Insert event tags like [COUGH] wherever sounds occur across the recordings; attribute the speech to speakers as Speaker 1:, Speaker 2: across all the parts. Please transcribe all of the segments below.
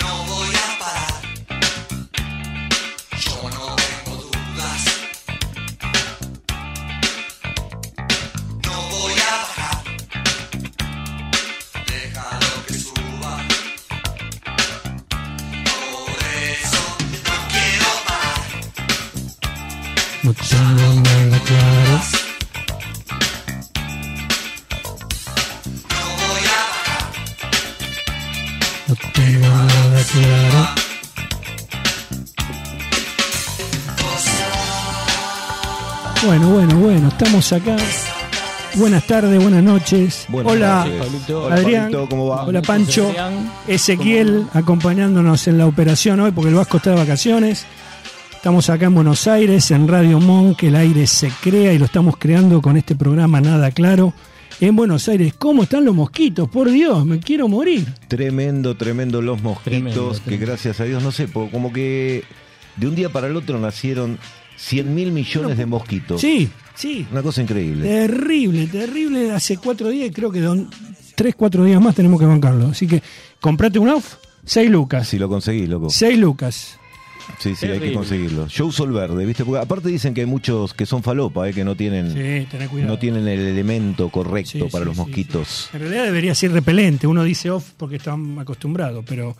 Speaker 1: No voy a parar, yo no tengo dudas. No voy a bajar, déjalo que suba. Por eso no quiero parar,
Speaker 2: No tengo nada claro.
Speaker 1: no voy a bajar,
Speaker 2: No tengo nada claro. Bueno, bueno, bueno, estamos acá. Buenas tardes, buenas noches.
Speaker 3: Buenas
Speaker 2: Hola,
Speaker 3: noches.
Speaker 4: Pablito.
Speaker 3: Hola,
Speaker 2: Adrián.
Speaker 3: Pablito, ¿cómo va?
Speaker 2: Hola, Pancho.
Speaker 4: Adrián.
Speaker 2: Ezequiel acompañándonos en la operación hoy porque el Vasco está de vacaciones. Estamos acá en Buenos Aires, en Radio Monk, el aire se crea y lo estamos creando con este programa Nada Claro. En Buenos Aires, ¿cómo están los mosquitos? Por Dios, me quiero morir.
Speaker 3: Tremendo, tremendo los mosquitos
Speaker 4: Tremendo,
Speaker 3: que
Speaker 4: tremendo.
Speaker 3: gracias a Dios, no sé, po- como que de un día para el otro nacieron 100 mil millones de
Speaker 2: pues,
Speaker 3: mosquitos.
Speaker 2: Sí, Eh, sí.
Speaker 3: Una cosa increíble.
Speaker 2: Terrible, terrible. Hace cuatro días, y creo que don, tres, cuatro días más tenemos que bancarlo. Así que comprate un off, seis lucas.
Speaker 3: Ah, Si lo conseguís, loco.
Speaker 2: Seis lucas.
Speaker 3: Sí, sí, hay que
Speaker 4: Terrible.
Speaker 3: conseguirlo. Yo uso el verde, ¿viste? Porque aparte dicen que hay muchos que son falopa, ¿eh? que no tienen,
Speaker 2: Sí, tené cuidado.
Speaker 3: no tienen el elemento correcto
Speaker 2: Sí,
Speaker 3: para
Speaker 2: sí,
Speaker 3: los
Speaker 2: sí,
Speaker 3: mosquitos.
Speaker 2: sí. En realidad debería ser repelente. Uno dice off porque están acostumbrados, pero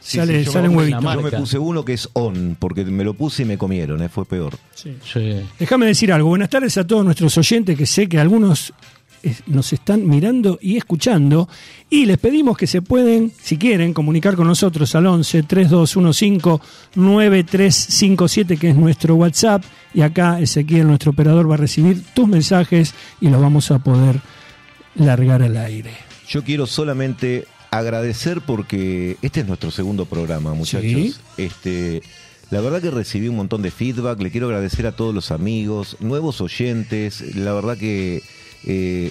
Speaker 3: Sí,
Speaker 2: sale,
Speaker 3: sí, yo
Speaker 2: sale un
Speaker 3: me-
Speaker 4: huevito.
Speaker 3: Yo me
Speaker 4: marca.
Speaker 3: puse uno que es on, porque me lo puse y me comieron, ¿eh? fue peor.
Speaker 2: Sí.
Speaker 4: Sí.
Speaker 2: Déjame decir algo. Buenas tardes a todos nuestros oyentes, que sé que algunos eh, nos están mirando y escuchando. Y les pedimos que se pueden, si quieren, comunicar con nosotros al 11 3215 9357, que es nuestro WhatsApp. Y acá Ezequiel, nuestro operador, va a recibir tus mensajes y los vamos a poder largar al aire.
Speaker 3: Yo quiero solamente agradecer porque este es nuestro segundo programa, muchachos.
Speaker 2: Sí.
Speaker 3: Este, la verdad que recibí un montón de feedback, le quiero agradecer a todos los amigos, nuevos oyentes, la verdad que eh,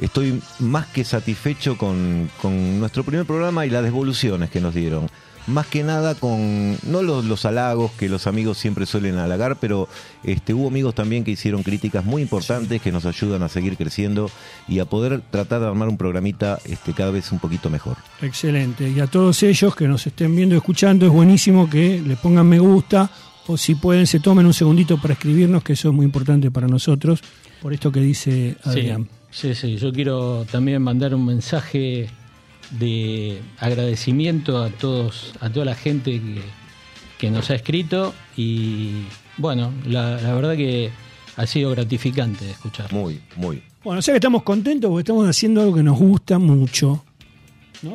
Speaker 3: estoy más que satisfecho con, con nuestro primer programa y las devoluciones que nos dieron. Más que nada con, no los, los halagos que los amigos siempre suelen halagar, pero este, hubo amigos también que hicieron críticas muy importantes que nos ayudan a seguir creciendo y a poder tratar de armar un programita este, cada vez un poquito mejor.
Speaker 2: Excelente. Y a todos ellos que nos estén viendo y escuchando, es buenísimo que le pongan me gusta o si pueden se tomen un segundito para escribirnos, que eso es muy importante para nosotros, por esto que dice Adrián.
Speaker 4: Sí, sí, yo quiero también mandar un mensaje de agradecimiento a todos, a toda la gente que, que nos ha escrito y bueno, la, la verdad que ha sido gratificante escuchar.
Speaker 3: Muy, muy.
Speaker 2: Bueno, o sea que estamos contentos porque estamos haciendo algo que nos gusta mucho.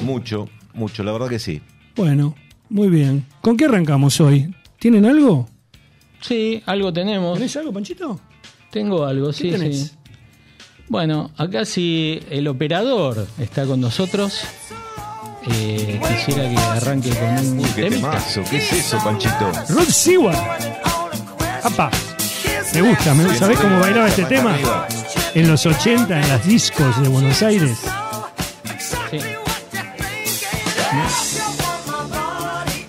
Speaker 3: Mucho, mucho, la verdad que sí.
Speaker 2: Bueno, muy bien. ¿Con qué arrancamos hoy? ¿Tienen algo?
Speaker 4: Sí, algo tenemos.
Speaker 2: ¿Tenés algo, Panchito?
Speaker 4: Tengo algo,
Speaker 2: ¿Qué
Speaker 4: sí,
Speaker 2: tenés?
Speaker 4: sí. Bueno, acá si el operador está con nosotros, eh, quisiera que arranque con un
Speaker 3: Uy, qué
Speaker 4: temita.
Speaker 3: temazo, ¿qué es eso, Panchito?
Speaker 2: Rod Stewart. Apa. Me gusta, me gusta. ¿Sabés cómo bailaba este tema? En los 80, en las discos de Buenos Aires.
Speaker 4: Sí.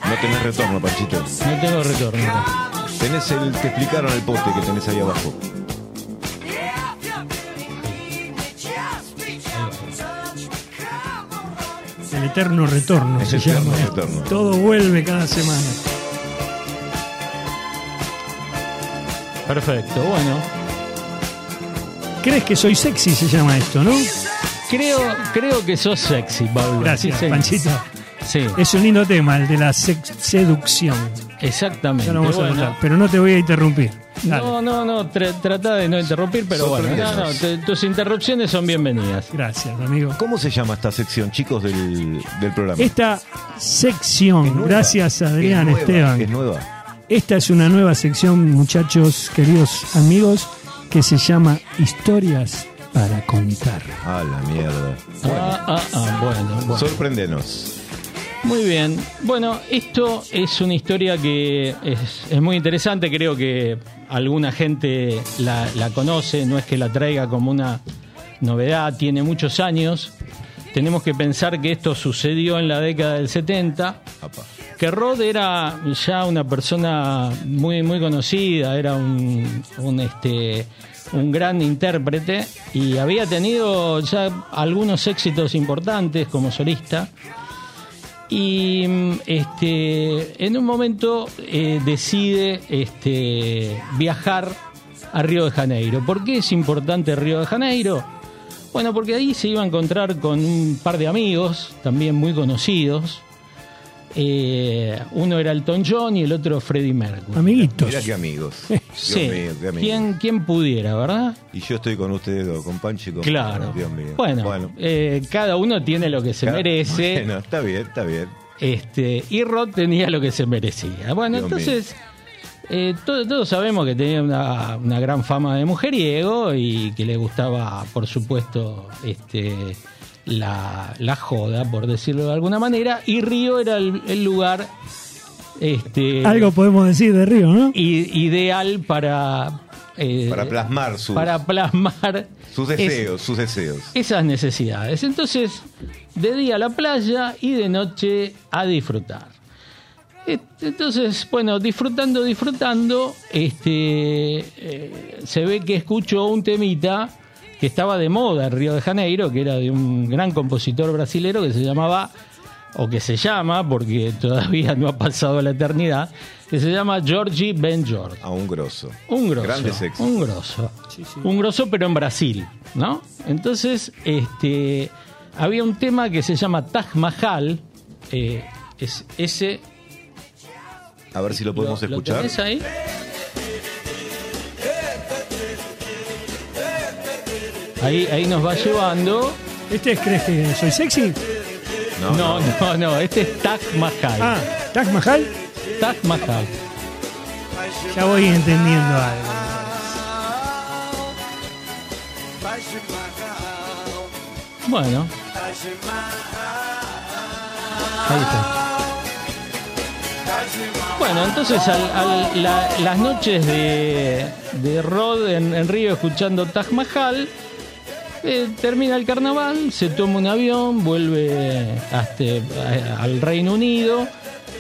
Speaker 3: No tenés retorno, Panchito.
Speaker 4: No tengo retorno.
Speaker 3: Tenés el, te explicaron el poste que tenés ahí abajo.
Speaker 2: El eterno retorno
Speaker 3: Es
Speaker 2: se
Speaker 3: eterno
Speaker 2: llama.
Speaker 3: retorno.
Speaker 2: Todo vuelve cada semana.
Speaker 4: Perfecto, bueno.
Speaker 2: ¿Crees que soy sexy? Se llama esto, ¿no?
Speaker 4: Creo, creo que sos sexy, Pablo.
Speaker 2: Gracias,
Speaker 4: Sí, sí.
Speaker 2: Panchito.
Speaker 4: Sí.
Speaker 2: Es un lindo tema, el de la sex- seducción.
Speaker 4: Exactamente.
Speaker 2: Ya lo vamos a
Speaker 4: bueno.
Speaker 2: contar, pero no te voy a interrumpir. Dale,
Speaker 4: No, no, no, tra- trata de no interrumpir, pero bueno,
Speaker 3: Sorprenderos.
Speaker 4: no, no, te- tus interrupciones son bienvenidas.
Speaker 2: gracias, amigo.
Speaker 3: ¿Cómo se llama esta sección, chicos, del, del programa?
Speaker 2: Esta sección,
Speaker 3: Es nueva.
Speaker 2: gracias a Adrián
Speaker 3: Es nueva,
Speaker 2: Esteban.
Speaker 3: Es nueva.
Speaker 2: Esta es una nueva sección, muchachos, queridos amigos, que se llama Historias para contar.
Speaker 3: A la mierda.
Speaker 4: Ah, ah, ah, bueno, bueno.
Speaker 3: Sorprendenos.
Speaker 4: Muy bien. Bueno, esto es una historia que es, es muy interesante. Creo que alguna gente la, la conoce. No es que la traiga como una novedad. Tiene muchos años. Tenemos que pensar que esto sucedió en la década del 70.
Speaker 3: Apa.
Speaker 4: Que Rod era ya una persona muy, muy conocida. Era un, un, este, un gran intérprete. Y había tenido ya algunos éxitos importantes como solista. Y mm, este, en un momento eh, decide este, viajar a Río de Janeiro. ¿Por qué es importante Río de Janeiro? Bueno, porque ahí se iba a encontrar con un par de amigos, también muy conocidos. Eh, uno era Elton John y el otro Freddie Mercury.
Speaker 2: Amiguitos.
Speaker 3: Mirá qué
Speaker 4: [LAUGHS]
Speaker 3: amigos. Dios
Speaker 4: Sí,
Speaker 3: mío, qué amigos.
Speaker 4: ¿Quién, quién pudiera, ¿verdad?
Speaker 3: Y yo estoy con ustedes dos, con Pancho y con
Speaker 4: Claro.
Speaker 3: Dios mío.
Speaker 4: Bueno, eh, cada uno tiene lo que se
Speaker 3: Cada-
Speaker 4: merece.
Speaker 3: Bueno, está bien, está bien.
Speaker 4: Este, y Rod tenía lo que se merecía. Bueno,
Speaker 3: Dios
Speaker 4: entonces, eh, to- todos, sabemos que tenía una, una gran fama de mujeriego y que le gustaba, por supuesto, este, la, la joda, por decirlo de alguna manera. Y Río era el, el lugar este,
Speaker 2: Algo podemos decir de Río, ¿no?
Speaker 4: i- ideal para, eh,
Speaker 3: Para plasmar sus,
Speaker 4: para plasmar
Speaker 3: sus
Speaker 4: es-
Speaker 3: deseos, sus deseos.
Speaker 4: esas necesidades. Entonces, de día a la playa y de noche a disfrutar. Et- Entonces, bueno, disfrutando, disfrutando, este, eh, se ve que escucho un temita que estaba de moda en Río de Janeiro, que era de un gran compositor brasilero que se llamaba, o que se llama, porque todavía no ha pasado la eternidad, que se llama Georgie Ben George.
Speaker 3: A un grosso.
Speaker 4: Un grosso.
Speaker 3: Grandes éxitos.
Speaker 4: Un grosso. Un grosso, pero en Brasil, ¿no? Entonces, este, había un tema que se llama Taj Mahal. eh, es ese.
Speaker 3: A ver si lo podemos
Speaker 4: ¿lo- lo
Speaker 3: escuchar.
Speaker 4: tenés ahí? ahí? Ahí nos va llevando.
Speaker 2: ¿Este es, crees que soy sexy?
Speaker 4: No, no, no. Este es Taj Mahal.
Speaker 2: Ah, Taj Mahal,
Speaker 4: Taj Mahal.
Speaker 2: ya voy entendiendo algo.
Speaker 4: Bueno. Ahí está. Bueno, entonces al- al- la- las noches de, de Rod en, en Río escuchando Taj Mahal, eh, termina el carnaval, se toma un avión, vuelve hasta, a- al Reino Unido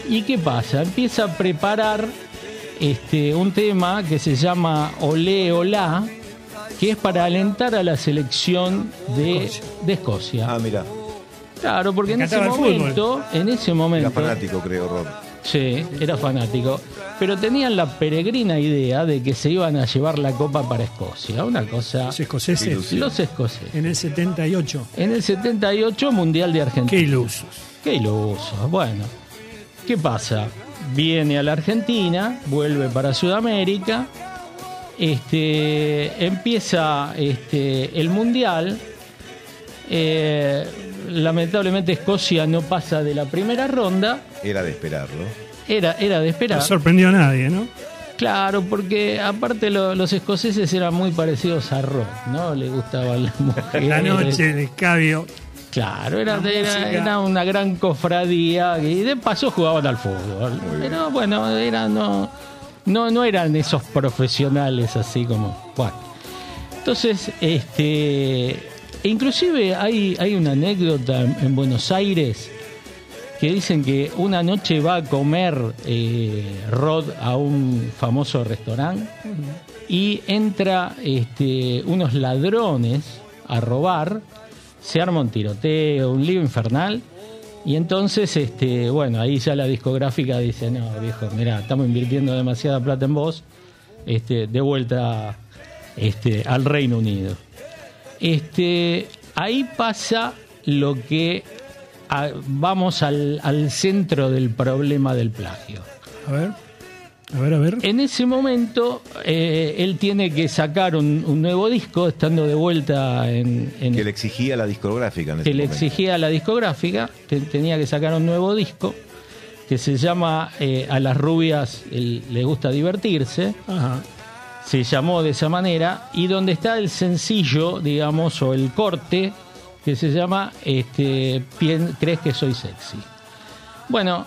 Speaker 4: y ¿qué pasa? Empieza a preparar este, un tema que se llama Olé Olá, que es para alentar a la selección de, de Escocia.
Speaker 3: Ah, mira.
Speaker 4: Claro, porque en
Speaker 2: Me
Speaker 4: ese,
Speaker 2: encantaba el
Speaker 4: momento, en ese momento.
Speaker 3: Era fanático, creo, Rob.
Speaker 4: Sí, era fanático. Pero tenían la peregrina idea de que se iban a llevar la copa para Escocia. Una cosa.
Speaker 2: Los escoceses
Speaker 3: Ilusión.
Speaker 4: Los escoceses.
Speaker 2: en el 78.
Speaker 4: En el 78, Mundial de
Speaker 2: Qué
Speaker 4: Argentina.
Speaker 2: ilusos.
Speaker 4: Qué iluso. Bueno, ¿qué pasa? Viene a la Argentina, vuelve para Sudamérica, este, empieza este, el Mundial. eh, lamentablemente Escocia no pasa de la primera ronda.
Speaker 3: Era de esperarlo.
Speaker 4: Era, era de esperar.
Speaker 2: No sorprendió a nadie, ¿no?
Speaker 4: Claro, porque aparte lo- los escoceses eran muy parecidos a Rock, ¿no? Le gustaban las mujeres.
Speaker 2: La noche de escabio.
Speaker 4: Claro, era,
Speaker 2: La
Speaker 4: era-
Speaker 2: música.
Speaker 4: era una gran cofradía y de paso jugaban al fútbol. Pero bueno, era, no, no, no eran esos profesionales así como. Bueno. Entonces, este, inclusive hay, hay una anécdota en, en Buenos Aires que dicen que una noche va a comer eh, Rod a un famoso restaurante y entra este, unos ladrones a robar, se arma un tiroteo, un lío infernal. Y entonces, este, bueno, ahí ya la discográfica dice, no, viejo, mira, estamos invirtiendo demasiada plata en vos, este, de vuelta este, al Reino Unido. Este, ahí pasa lo que ah, vamos al, al centro del problema del plagio.
Speaker 2: A ver. A ver, a ver.
Speaker 4: En ese momento, eh, él tiene que sacar un, un nuevo disco, estando de vuelta en, en-
Speaker 3: Que le exigía la discográfica en ese
Speaker 4: que le
Speaker 3: momento.
Speaker 4: exigía la discográfica, te- tenía que sacar un nuevo disco que se llama eh, A las rubias el- le gusta divertirse,
Speaker 2: Ajá.
Speaker 4: se llamó de esa manera, y donde está el sencillo, digamos, o el corte, que se llama este, Pien- ¿Crees que soy sexy? Bueno,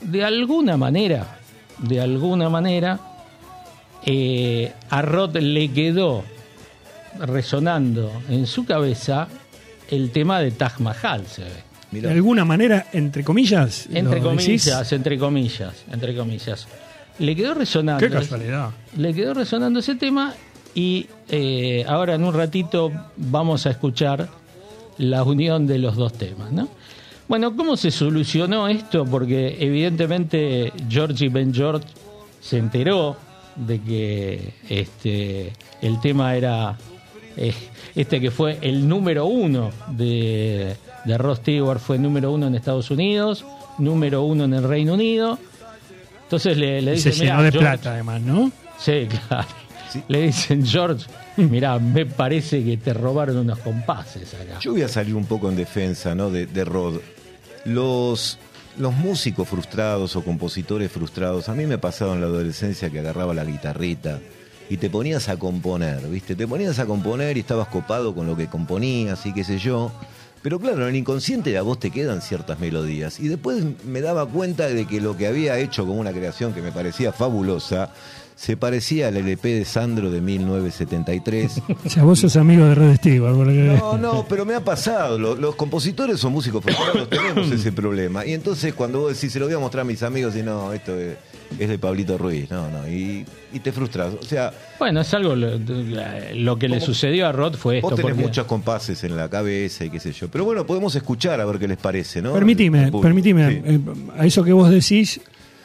Speaker 4: de alguna manera, de alguna manera, eh, a Rod le quedó resonando en su cabeza el tema de Taj Mahal, se ve.
Speaker 3: Mirá.
Speaker 2: De alguna manera, entre comillas.
Speaker 4: Entre
Speaker 2: lo decís.
Speaker 4: comillas, entre comillas, entre comillas. Le quedó resonando.
Speaker 2: Qué casualidad.
Speaker 4: Le quedó resonando ese tema y eh, ahora en un ratito vamos a escuchar la unión de los dos temas, ¿no? Bueno, ¿cómo se solucionó esto? Porque evidentemente Georgie Ben George se enteró de que este, el tema era eh, este que fue el número uno de, de Ross Stewart, fue número uno en Estados Unidos, número uno en el Reino Unido. Entonces le, le
Speaker 2: Y
Speaker 4: dice,
Speaker 2: se llenó
Speaker 4: "Mirá,
Speaker 2: de
Speaker 4: George,
Speaker 2: plata, además, ¿no?
Speaker 4: Sí, [LAUGHS] claro.
Speaker 3: Sí.
Speaker 4: Le dicen, George, mirá, me parece que te robaron unos compases acá.
Speaker 3: Yo voy a salir un poco en defensa ¿no? de, de Rod. Los, los músicos frustrados o compositores frustrados, a mí me pasaba en la adolescencia que agarraba la guitarrita y te ponías a componer, ¿viste? Te ponías a componer y estabas copado con lo que componías y qué sé yo. Pero claro, en el inconsciente a vos te quedan ciertas melodías. Y después me daba cuenta de que lo que había hecho como una creación que me parecía fabulosa, se parecía al LP de Sandro de 1973.
Speaker 2: O sea, vos sos amigo de Red Stewart. porque-
Speaker 3: No, no, pero me ha pasado. Lo- Los, compositores son músicos frustrados, tenemos ese problema. Y entonces cuando vos decís, se lo voy a mostrar a mis amigos, y no, esto es, es de Pablito Ruiz, no, no, y, y te frustras. O sea,
Speaker 4: Bueno, es algo, lo, lo que le
Speaker 3: ¿Cómo?
Speaker 4: sucedió a Rod fue esto.
Speaker 3: vos tenés
Speaker 4: porque-
Speaker 3: muchos compases en la cabeza y qué sé yo. Pero bueno, podemos escuchar a ver qué les parece, ¿no? Al-
Speaker 2: Permitime,
Speaker 3: al público.
Speaker 2: permitime,
Speaker 3: Sí.
Speaker 2: eh, a eso que vos decís,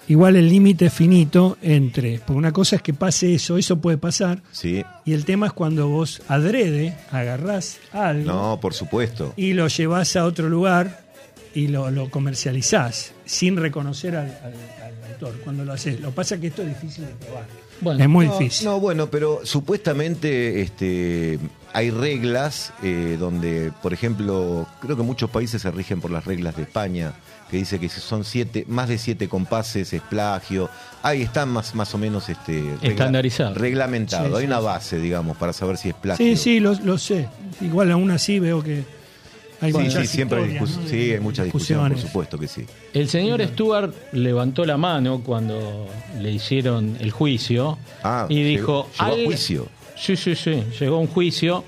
Speaker 2: igual el límite es finito entre, porque una cosa es que pase eso, eso puede pasar,
Speaker 3: Sí.
Speaker 2: y el tema es cuando vos adrede, agarrás algo
Speaker 3: No, por supuesto.
Speaker 2: y lo llevás a otro lugar y lo, lo comercializás sin reconocer al, al- al autor cuando lo haces. Lo que pasa es que esto es difícil de probar.
Speaker 4: Bueno,
Speaker 2: es muy
Speaker 3: No,
Speaker 2: difícil.
Speaker 3: No, bueno, pero supuestamente este, hay reglas eh, donde, por ejemplo, creo que muchos países se rigen por las reglas de España, que dice que si son siete, más de siete compases, es plagio. Ahí está más, más o menos este, regla-
Speaker 4: Estandarizado.
Speaker 3: Reglamentado.
Speaker 2: Sí,
Speaker 3: hay
Speaker 2: sí,
Speaker 3: una
Speaker 2: sí.
Speaker 3: base, digamos, para saber si es plagio.
Speaker 2: sí, sí, lo, lo sé. Igual aún así veo que hay
Speaker 3: Sí,
Speaker 2: muchas
Speaker 3: sí, siempre hay,
Speaker 2: historias,
Speaker 3: discus-
Speaker 2: ¿no?
Speaker 3: sí, hay mucha discusión, por
Speaker 2: discusiones.
Speaker 3: supuesto que sí.
Speaker 4: El señor Stuart levantó la mano cuando le hicieron el juicio
Speaker 3: Ah,
Speaker 4: y
Speaker 3: llegó- llegó
Speaker 4: dijo...
Speaker 3: a
Speaker 4: "Al-
Speaker 3: juicio".
Speaker 4: Sí, sí, sí, llegó a un juicio.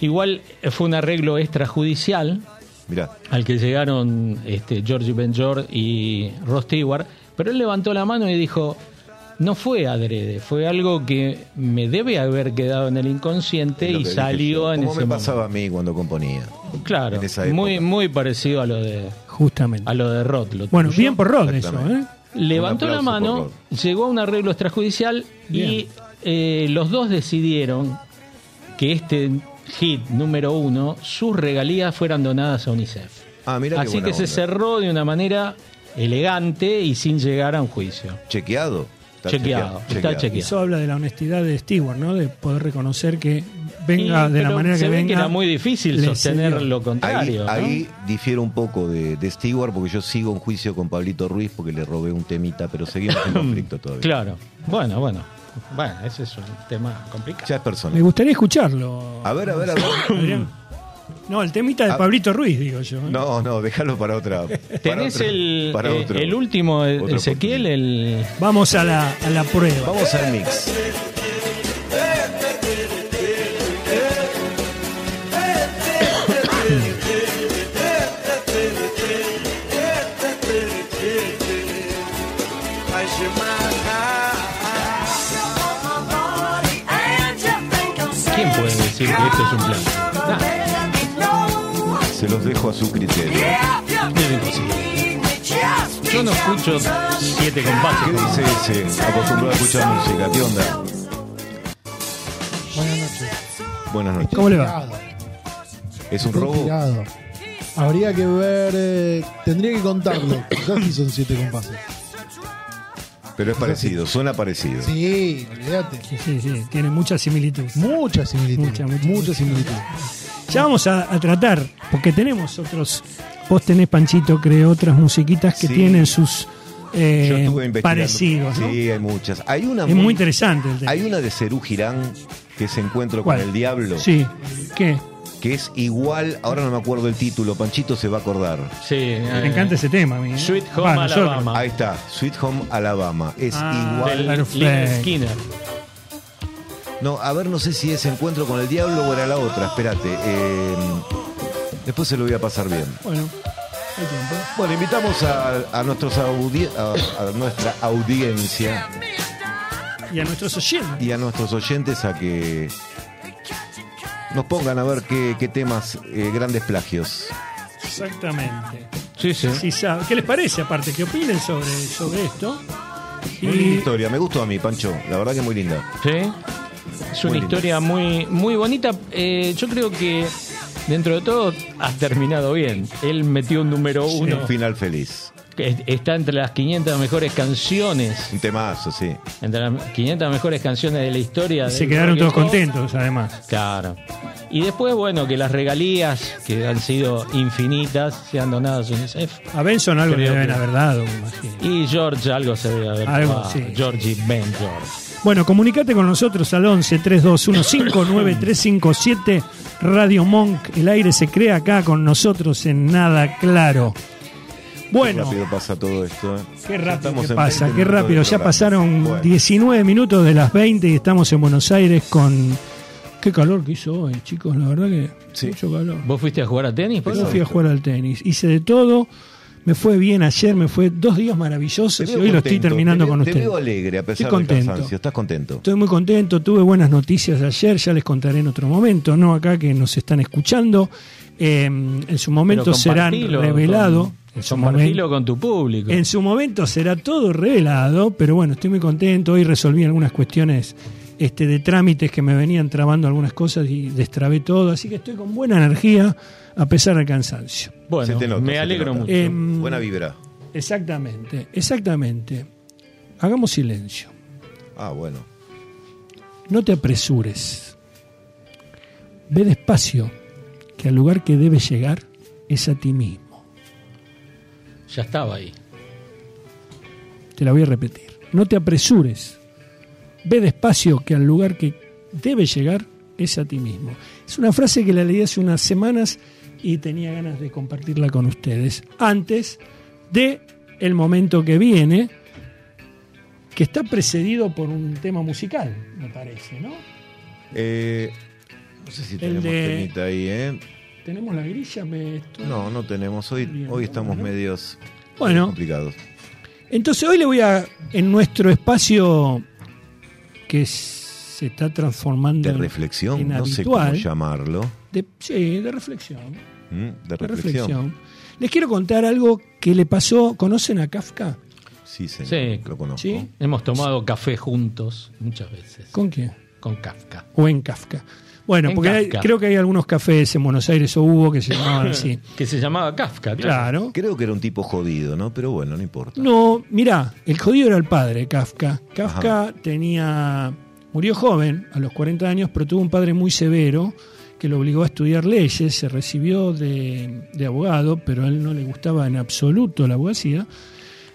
Speaker 4: Igual eh, fue un arreglo extrajudicial
Speaker 3: Mirá,
Speaker 4: al que llegaron este, Georgie Benjor y Ross Stewart, pero él levantó la mano y dijo, no fue adrede, fue algo que me debe haber quedado en el inconsciente
Speaker 3: es lo
Speaker 4: y
Speaker 3: que dije
Speaker 4: salió
Speaker 3: yo.
Speaker 4: en
Speaker 3: ¿Cómo
Speaker 4: ese
Speaker 3: me
Speaker 4: momento.
Speaker 3: pasaba a mí cuando componía?
Speaker 4: Claro,
Speaker 3: en esa
Speaker 4: muy,
Speaker 3: época?
Speaker 4: muy parecido a lo de,
Speaker 2: Justamente.
Speaker 4: a lo de Roth. lo
Speaker 2: Bueno,
Speaker 4: tuyo.
Speaker 2: bien por Rod eso, ¿eh?
Speaker 3: Exactamente.
Speaker 4: Levantó
Speaker 3: Un
Speaker 4: la
Speaker 3: aplauso por
Speaker 4: mano, llegó a un arreglo extrajudicial y
Speaker 2: Bien.
Speaker 4: eh, los dos decidieron que este hit número uno, sus regalías fueran donadas a UNICEF.
Speaker 3: Ah, mirá qué
Speaker 4: Así
Speaker 3: buena
Speaker 4: que se
Speaker 3: onda.
Speaker 4: cerró de una manera elegante y sin llegar a un juicio.
Speaker 3: ¿Chequeado? Está
Speaker 4: Chequeado, está chequeado.
Speaker 2: Eso habla de la honestidad de Stewart, ¿no? De poder reconocer que venga
Speaker 4: Y-
Speaker 2: de la
Speaker 4: pero
Speaker 2: manera
Speaker 4: se
Speaker 2: que
Speaker 4: ve
Speaker 2: venga.
Speaker 4: era muy difícil
Speaker 2: le
Speaker 4: sostener
Speaker 2: cedió.
Speaker 4: lo contrario.
Speaker 3: Ahí,
Speaker 4: ¿no?
Speaker 3: ahí difiero un poco de, de Stewart porque yo sigo en juicio con Pablito Ruiz porque le robé un temita, pero seguimos en conflicto todavía.
Speaker 4: Claro. Bueno, bueno. Bueno, ese es un tema complicado.
Speaker 3: Ya es personal.
Speaker 2: Me gustaría escucharlo.
Speaker 3: A ver, a ver, a ver.
Speaker 2: Adrián. No, el temita de
Speaker 3: Ah.
Speaker 2: Pablito Ruiz, digo yo. ¿eh?
Speaker 3: No, no, déjalo para otra. para
Speaker 4: ¿Tenés
Speaker 3: otra-
Speaker 4: el,
Speaker 3: para
Speaker 4: eh,
Speaker 3: otro-
Speaker 4: el último, eh,
Speaker 3: otra
Speaker 4: Ezequiel?
Speaker 3: oportunidad.
Speaker 4: El...
Speaker 2: Vamos a la, a la prueba.
Speaker 3: Vamos al mix.
Speaker 4: ¿Quién puede decir que esto es un plan? eh.
Speaker 3: Se los dejo a su criterio.
Speaker 4: Yo no escucho siete compases.
Speaker 3: ¿Qué dice ese acostumbrado a escuchar música? ¿Qué onda? Buenas
Speaker 5: Buenas noches.
Speaker 3: noches.
Speaker 2: ¿Cómo le va?
Speaker 3: ¿Es un
Speaker 5: Estoy
Speaker 3: robo?
Speaker 5: tirado. Habría que ver. eh, tendría que contarlo. Casi son siete compases.
Speaker 3: Pero es parecido, suena parecido.
Speaker 5: Sí, olvídate.
Speaker 2: Sí, sí, sí, tiene mucha similitud.
Speaker 5: Mucha similitud.
Speaker 2: Mucha,
Speaker 5: Mucha,
Speaker 2: mucha, mucha.
Speaker 5: similitud.
Speaker 2: Ya vamos a, a tratar, porque tenemos otros. Vos tenés, Panchito, creo, otras musiquitas que
Speaker 3: Sí.
Speaker 2: tienen sus eh,
Speaker 3: Yo estuve investigando.
Speaker 2: parecidos. ¿no?
Speaker 3: Sí, hay muchas. Hay una
Speaker 2: Es muy interesante el tema.
Speaker 3: Hay una de Cerú Girán que es Encuentro
Speaker 2: ¿Cuál?
Speaker 3: con el Diablo,
Speaker 2: Sí. ¿Qué?
Speaker 3: que es igual, ahora no me acuerdo el título, Panchito se va a acordar.
Speaker 4: Sí,
Speaker 2: Me encanta ese tema. a mí, ¿eh?
Speaker 4: Sweet Home
Speaker 2: Va, nosotros.
Speaker 4: Alabama.
Speaker 3: Ahí está, Sweet Home Alabama. Es
Speaker 2: Ah,
Speaker 3: igual.
Speaker 4: del
Speaker 2: Perfecto.
Speaker 4: Leonard Skinner.
Speaker 3: No, a ver, no sé si es Encuentro con el Diablo o era la otra, espérate. eh, después se lo voy a pasar bien.
Speaker 2: Bueno, hay tiempo.
Speaker 3: Bueno, invitamos a, a nuestros audi- a- a nuestra audiencia
Speaker 2: Y a nuestros oyentes.
Speaker 3: y a nuestros oyentes a que nos pongan a ver qué, qué temas, eh, grandes plagios.
Speaker 2: Exactamente.
Speaker 4: Sí, sí.
Speaker 2: Sí, sabe. ¿Qué les parece, aparte? ¿Qué opinen sobre, sobre esto?
Speaker 3: Muy linda
Speaker 2: Y
Speaker 3: historia, me gustó a mí, Pancho. La verdad que muy linda.
Speaker 4: Sí. Es una
Speaker 3: Muy lindo.
Speaker 4: historia muy, muy bonita. Eh, yo creo que dentro de todo ha terminado bien. Él metió un número uno.
Speaker 3: Un final feliz.
Speaker 4: que es- Está entre las 500 mejores canciones.
Speaker 3: Un temazo, sí.
Speaker 4: Entre las 500 mejores canciones de la historia.
Speaker 2: se
Speaker 4: del
Speaker 2: quedaron
Speaker 4: rock
Speaker 2: todos
Speaker 4: and roll.
Speaker 2: contentos, además.
Speaker 4: Claro. Y después, bueno, que las regalías, que han sido infinitas, sean donadas a UNICEF.
Speaker 2: A Benson algo le
Speaker 4: Creo
Speaker 2: deben
Speaker 4: que-
Speaker 2: haber dado, me imagino.
Speaker 4: Y George, algo se debe haber
Speaker 2: Algo,
Speaker 4: tomado.
Speaker 2: sí.
Speaker 4: Georgie Ben George.
Speaker 2: Bueno, comunicate con nosotros al 11 321 357 Radio Monk. El aire se crea acá con nosotros en Nada Claro.
Speaker 3: Qué
Speaker 2: Bueno,
Speaker 3: rápido pasa todo esto. eh.
Speaker 2: qué rápido
Speaker 3: Estamos
Speaker 2: que
Speaker 3: en
Speaker 2: pasa,
Speaker 3: 20
Speaker 2: qué
Speaker 3: minutos
Speaker 2: rápido.
Speaker 3: de
Speaker 2: Ya
Speaker 3: programa.
Speaker 2: pasaron
Speaker 3: Bueno,
Speaker 2: 19 minutos de las 20 y estamos en Buenos Aires con... Qué calor que hizo hoy, chicos, la verdad que
Speaker 3: Sí.
Speaker 2: mucho calor.
Speaker 4: ¿Vos fuiste a jugar a tenis? Pablo?
Speaker 2: Yo fui a jugar al tenis, hice de todo, me fue bien ayer, me fue dos días maravillosos
Speaker 3: te
Speaker 2: y
Speaker 3: veo
Speaker 2: hoy lo estoy
Speaker 3: contento,
Speaker 2: terminando
Speaker 3: te veo-
Speaker 2: con ustedes.
Speaker 3: Te veo alegre a pesar
Speaker 2: Estoy
Speaker 3: del
Speaker 2: contento.
Speaker 3: cansancio. Estás contento.
Speaker 2: Estoy muy contento, tuve buenas noticias ayer, ya les contaré en otro momento, no acá que nos están escuchando. Eh, en su momento
Speaker 4: Pero
Speaker 2: serán
Speaker 4: compartilo
Speaker 2: revelado.
Speaker 4: con-
Speaker 2: en, su momento,
Speaker 4: Compartilo con tu público.
Speaker 2: en su momento será todo revelado, pero bueno, estoy muy contento. Hoy resolví algunas cuestiones este, de trámites que me venían trabando algunas cosas y destrabé todo, así que estoy con buena energía a pesar del cansancio.
Speaker 4: Bueno,
Speaker 3: Se te nota, se
Speaker 4: me
Speaker 3: te
Speaker 4: alegro
Speaker 3: nota.
Speaker 4: mucho.
Speaker 2: Eh,
Speaker 3: Em, Buena vibra.
Speaker 2: Exactamente, exactamente. Hagamos silencio.
Speaker 3: Ah, bueno.
Speaker 2: No te apresures. Ve despacio, que al lugar que debes llegar es a ti mismo.
Speaker 4: ya estaba ahí.
Speaker 2: Te la voy a repetir. No te apresures. Ve despacio, que al lugar que debes llegar es a ti mismo. Es una frase que la leí hace unas semanas y tenía ganas de compartirla con ustedes antes de el momento que viene, que está precedido por un tema musical, me parece, ¿no?
Speaker 3: Eh, no sé si tenemos
Speaker 2: de-
Speaker 3: temita ahí, ¿eh?
Speaker 2: Tenemos la grilla, me estoy-
Speaker 3: No, no tenemos. Hoy,
Speaker 2: Bien,
Speaker 3: hoy estamos
Speaker 2: bueno.
Speaker 3: medios
Speaker 2: Bueno.
Speaker 3: complicados.
Speaker 2: Entonces hoy le voy a, en nuestro espacio que s- se está transformando
Speaker 3: De
Speaker 2: en-
Speaker 3: reflexión,
Speaker 2: en
Speaker 3: no sé
Speaker 2: habitual,
Speaker 3: cómo llamarlo.
Speaker 2: de- sí, de reflexión, de
Speaker 3: ¿Mm? De reflexión.
Speaker 2: reflexión. Les quiero contar algo que le pasó, ¿conocen a Kafka?
Speaker 3: Sí, señor.
Speaker 4: Sí.
Speaker 3: Lo conozco.
Speaker 2: ¿Sí?
Speaker 4: Hemos tomado café juntos muchas veces. Con,
Speaker 2: ¿Con quién?
Speaker 4: Kafka.
Speaker 2: O en Kafka. Bueno,
Speaker 4: En
Speaker 2: porque hay-
Speaker 4: Kafka.
Speaker 2: creo que hay algunos cafés en Buenos Aires o hubo que se
Speaker 4: [LAUGHS]
Speaker 2: llamaban así.
Speaker 4: Que se llamaba Kafka, claro.
Speaker 2: Claro.
Speaker 3: Creo que era un tipo jodido, ¿no? Pero bueno, no importa.
Speaker 2: No, mirá, el jodido era el padre, de Kafka. Kafka tenía. murió joven, a los 40 años, pero tuvo un padre muy severo que lo obligó a estudiar leyes, se recibió de, de abogado, pero a él no le gustaba en absoluto la abogacía.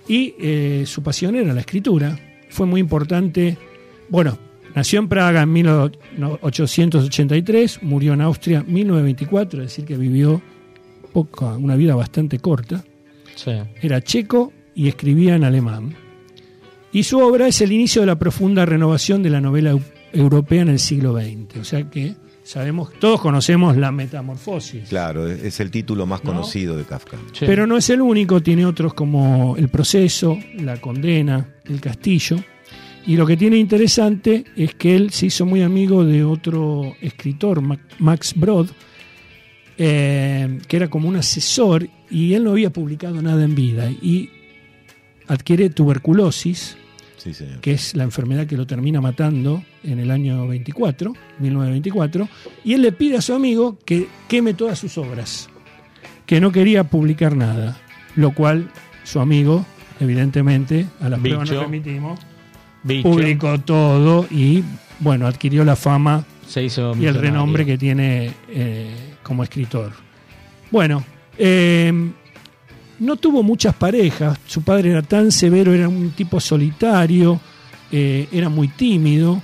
Speaker 2: Y eh, su pasión era la escritura. Fue muy importante. Bueno, nació en Praga en 1883, murió en Austria en 1924, es decir, que vivió poca, una vida bastante corta
Speaker 4: Sí.
Speaker 2: era checo y escribía en alemán. Y su obra es el inicio de la profunda renovación de la novela eu- europea en el siglo XX. O sea que sabemos, todos conocemos la metamorfosis.
Speaker 3: Claro, es, es el título más
Speaker 2: No.
Speaker 3: conocido de Kafka.
Speaker 4: Sí.
Speaker 2: Pero no es el único, tiene otros como El proceso, La condena, El castillo. Y lo que tiene interesante es que él se hizo muy amigo de otro escritor, Ma- Max Brod, eh, que era como un asesor y él no había publicado nada en vida. Y adquiere tuberculosis,
Speaker 3: Sí, señor.
Speaker 2: que es la enfermedad que lo termina matando en el año 24, 1924, y él le pide a su amigo que queme todas sus obras, que no quería publicar nada, lo cual su amigo evidentemente, a las pruebas nos
Speaker 4: Bicho.
Speaker 2: remitimos,
Speaker 4: Bicho,
Speaker 2: publicó todo y, bueno, adquirió la fama
Speaker 4: se hizo
Speaker 2: y el
Speaker 4: millonario.
Speaker 2: renombre que tiene eh, como escritor. Bueno, eh, no tuvo muchas parejas, su padre era tan severo, era un tipo solitario, eh, era muy tímido,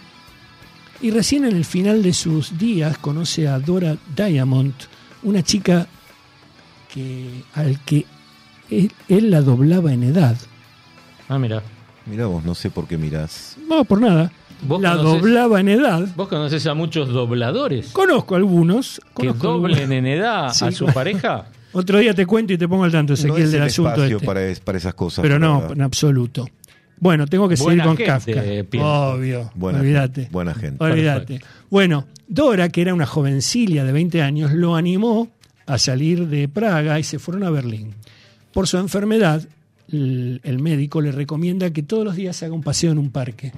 Speaker 2: y recién en el final de sus días conoce a Dora Diamond, una chica que, al que él, él la doblaba en edad.
Speaker 4: Ah, mira.
Speaker 3: Mirá vos, no sé por qué mirás.
Speaker 2: No, por nada.
Speaker 4: ¿Vos
Speaker 2: La
Speaker 4: conocés?
Speaker 2: doblaba en edad.
Speaker 4: Vos conocés a muchos dobladores
Speaker 2: Conozco algunos.
Speaker 4: que
Speaker 2: conozco algunos.
Speaker 4: doblen en edad
Speaker 2: Sí.
Speaker 4: a su
Speaker 2: [LAUGHS]
Speaker 4: pareja.
Speaker 2: Otro día te cuento y te pongo al tanto,
Speaker 3: no
Speaker 2: Ezequiel,
Speaker 3: es
Speaker 2: del
Speaker 3: el
Speaker 2: asunto
Speaker 3: espacio
Speaker 2: este.
Speaker 3: para, es- para esas cosas.
Speaker 2: Pero
Speaker 3: la
Speaker 2: no,
Speaker 3: verdad.
Speaker 2: en absoluto. Bueno, tengo que seguir
Speaker 4: Buena
Speaker 2: con
Speaker 4: gente,
Speaker 2: Kafka.
Speaker 4: pienso.
Speaker 2: Obvio,
Speaker 3: Buena
Speaker 2: olvídate.
Speaker 3: gente, buena gente.
Speaker 2: Olvídate. Bueno, Dora, que era una jovencilla de 20 años, lo animó a salir de Praga y se fueron a Berlín. Por su enfermedad, l- el médico le recomienda que todos los días se haga un paseo en un parque.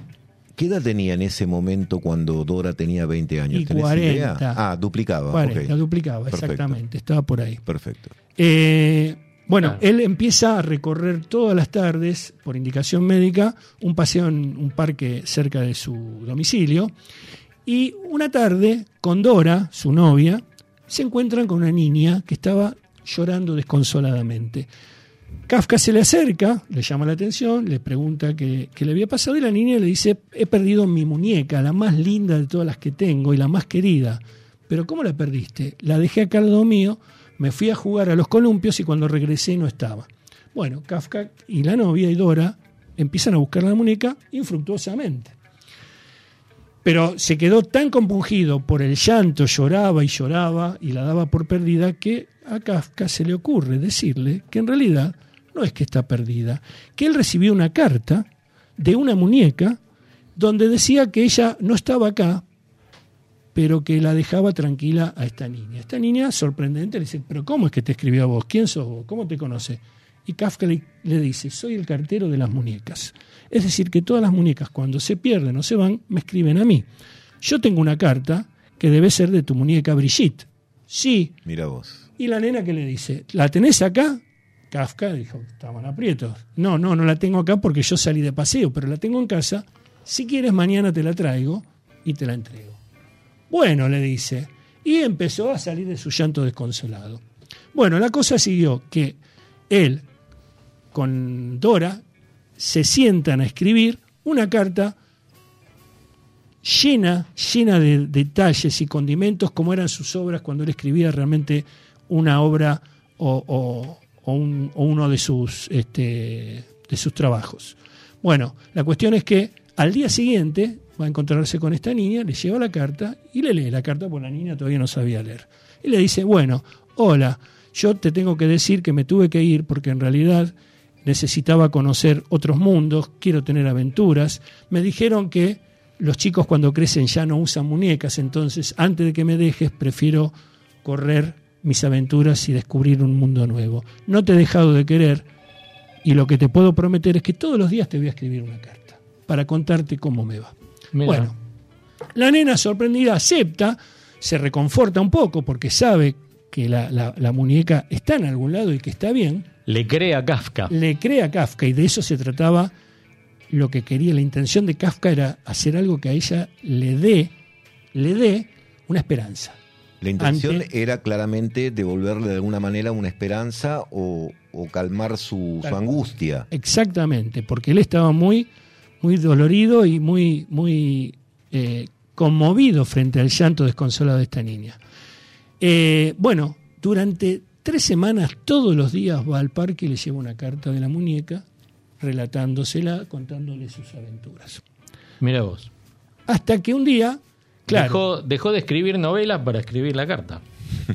Speaker 3: ¿Qué edad tenía en ese momento cuando Dora tenía 20 años?
Speaker 2: Y
Speaker 3: ¿Tenés
Speaker 2: 40.
Speaker 3: idea? Ah, duplicaba.
Speaker 2: 40,
Speaker 3: ok.
Speaker 2: la duplicaba,
Speaker 3: Perfecto.
Speaker 2: exactamente, estaba por ahí.
Speaker 3: Perfecto.
Speaker 2: Eh, bueno,
Speaker 4: Claro.
Speaker 2: él empieza a recorrer todas las tardes, por indicación médica, un paseo en un parque cerca de su domicilio. Y una tarde, con Dora, su novia, se encuentran con una niña que estaba llorando desconsoladamente. Kafka se le acerca, le llama la atención, le pregunta qué, qué le había pasado y la niña le dice, he perdido mi muñeca, la más linda de todas las que tengo y la más querida. Pero ¿cómo la perdiste? La dejé acá al lado mío, me fui a jugar a los columpios y cuando regresé no estaba. Bueno, Kafka y la novia y Dora empiezan a buscar la muñeca infructuosamente. Pero se quedó tan compungido por el llanto, lloraba y lloraba y la daba por perdida que a Kafka se le ocurre decirle que en realidad no es que está perdida, que él recibió una carta de una muñeca donde decía que ella no estaba acá, pero que la dejaba tranquila a esta niña. Esta niña, sorprendente, le dice, pero ¿cómo es que te escribió a vos? ¿Quién sos vos? ¿Cómo te conoce? Y Kafka le, le dice, soy el cartero de las muñecas. Es decir, que todas las muñecas cuando se pierden o se van, me escriben a mí. Yo tengo una carta que debe ser de tu muñeca Brigitte. Sí,
Speaker 3: Mira vos.
Speaker 2: y la nena que le dice, ¿la tenés acá? Kafka dijo, estamos en aprietos. No, no, no la tengo acá porque yo salí de paseo, pero la tengo en casa. Si quieres, mañana te la traigo y te la entrego. Bueno, le dice. Y empezó a salir de su llanto desconsolado. Bueno, la cosa siguió que él con Dora se sientan a escribir una carta llena, llena de detalles y condimentos como eran sus obras cuando él escribía realmente una obra o, o- o un- o uno de sus, este, de sus trabajos. Bueno, la cuestión es que al día siguiente va a encontrarse con esta niña, le lleva la carta y le lee la carta porque la niña todavía no sabía leer. Y le dice, bueno, hola, yo te tengo que decir que me tuve que ir porque en realidad necesitaba conocer otros mundos, quiero tener aventuras. Me dijeron que los chicos cuando crecen ya no usan muñecas, entonces antes de que me dejes prefiero correr mis aventuras y descubrir un mundo nuevo. No te he dejado de querer y lo que te puedo prometer es que todos los días te voy a escribir una carta para contarte cómo me va.
Speaker 4: Mirá.
Speaker 2: Bueno, la nena sorprendida acepta, se reconforta un poco porque sabe que la, la- la muñeca está en algún lado y que está bien,
Speaker 4: Le cree a Kafka.
Speaker 2: le cree a Kafka y de eso se trataba lo que quería. La intención de Kafka era hacer algo que a ella le dé, le dé una esperanza.
Speaker 3: La intención
Speaker 2: Ante-
Speaker 3: era claramente devolverle de alguna manera una esperanza o, o calmar su, su
Speaker 2: Claro.
Speaker 3: angustia.
Speaker 2: Exactamente, porque él estaba muy, muy dolorido y muy, muy eh, conmovido frente al llanto desconsolado de esta niña. Eh, bueno, durante tres semanas, todos los días va al parque y le lleva una carta de la muñeca, relatándosela, contándole sus aventuras.
Speaker 4: Mira vos.
Speaker 2: Hasta que un día, claro,
Speaker 4: Dejó, dejó de escribir novelas para escribir la carta.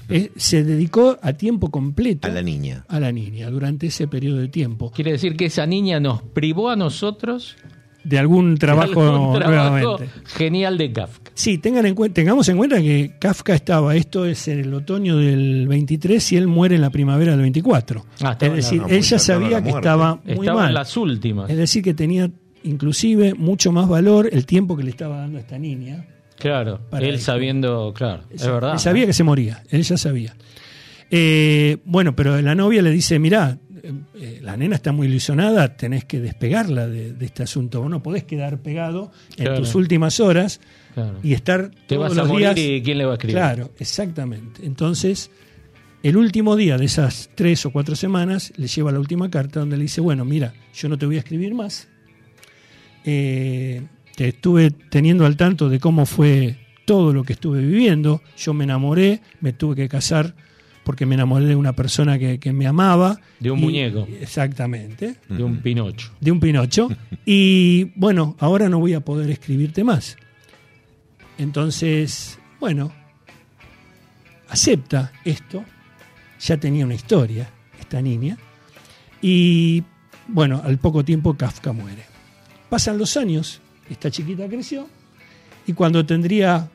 Speaker 2: eh, se dedicó a tiempo completo
Speaker 3: A la niña.
Speaker 2: a la niña durante ese periodo de tiempo.
Speaker 4: Quiere decir que esa niña nos privó a nosotros
Speaker 2: De algún
Speaker 4: de
Speaker 2: trabajo,
Speaker 4: algún trabajo
Speaker 2: nuevamente.
Speaker 4: genial de Kafka.
Speaker 2: Sí, tengan en cuen- tengamos en cuenta que Kafka estaba, esto es en el otoño del 23 y él muere en la primavera del 24.
Speaker 4: Ah, estaba
Speaker 2: es
Speaker 4: en la-
Speaker 2: decir,
Speaker 3: no, muy
Speaker 2: él ya
Speaker 3: cercano a la
Speaker 2: sabía que
Speaker 3: muerte.
Speaker 2: estaba muy
Speaker 4: Estaba
Speaker 2: mal.
Speaker 4: en las últimas.
Speaker 2: Es decir, que tenía inclusive mucho más valor el tiempo que le estaba dando a esta niña.
Speaker 4: Claro,
Speaker 2: Para
Speaker 4: él
Speaker 2: eso.
Speaker 4: sabiendo, claro, es verdad.
Speaker 2: Él sabía que se moría, él ya sabía. Eh, bueno, pero la novia le dice, mirá, eh, la nena está muy ilusionada, tenés que despegarla de, de este asunto. Vos no podés quedar pegado en
Speaker 4: Claro.
Speaker 2: tus últimas horas
Speaker 4: Claro.
Speaker 2: y estar
Speaker 4: Te
Speaker 2: todos
Speaker 4: vas a
Speaker 2: los
Speaker 4: morir
Speaker 2: días-
Speaker 4: y ¿quién le va a escribir?
Speaker 2: Claro, exactamente. Entonces, el último día de esas tres o cuatro semanas, le lleva la última carta donde le dice, bueno, mira, yo no te voy a escribir más. Eh, te estuve teniendo al tanto de cómo fue todo lo que estuve viviendo. Yo me enamoré, me tuve que casar porque me enamoré de una persona que, que me amaba.
Speaker 4: De un muñeco.
Speaker 2: Exactamente
Speaker 4: De
Speaker 3: Mm.
Speaker 4: un Pinocho.
Speaker 2: de un Pinocho. Y bueno, ahora no voy a poder escribirte más. Entonces, bueno, acepta esto. Ya tenía una historia esta niña. Y bueno, al poco tiempo Kafka muere. Pasan los años, esta chiquita creció y cuando tendría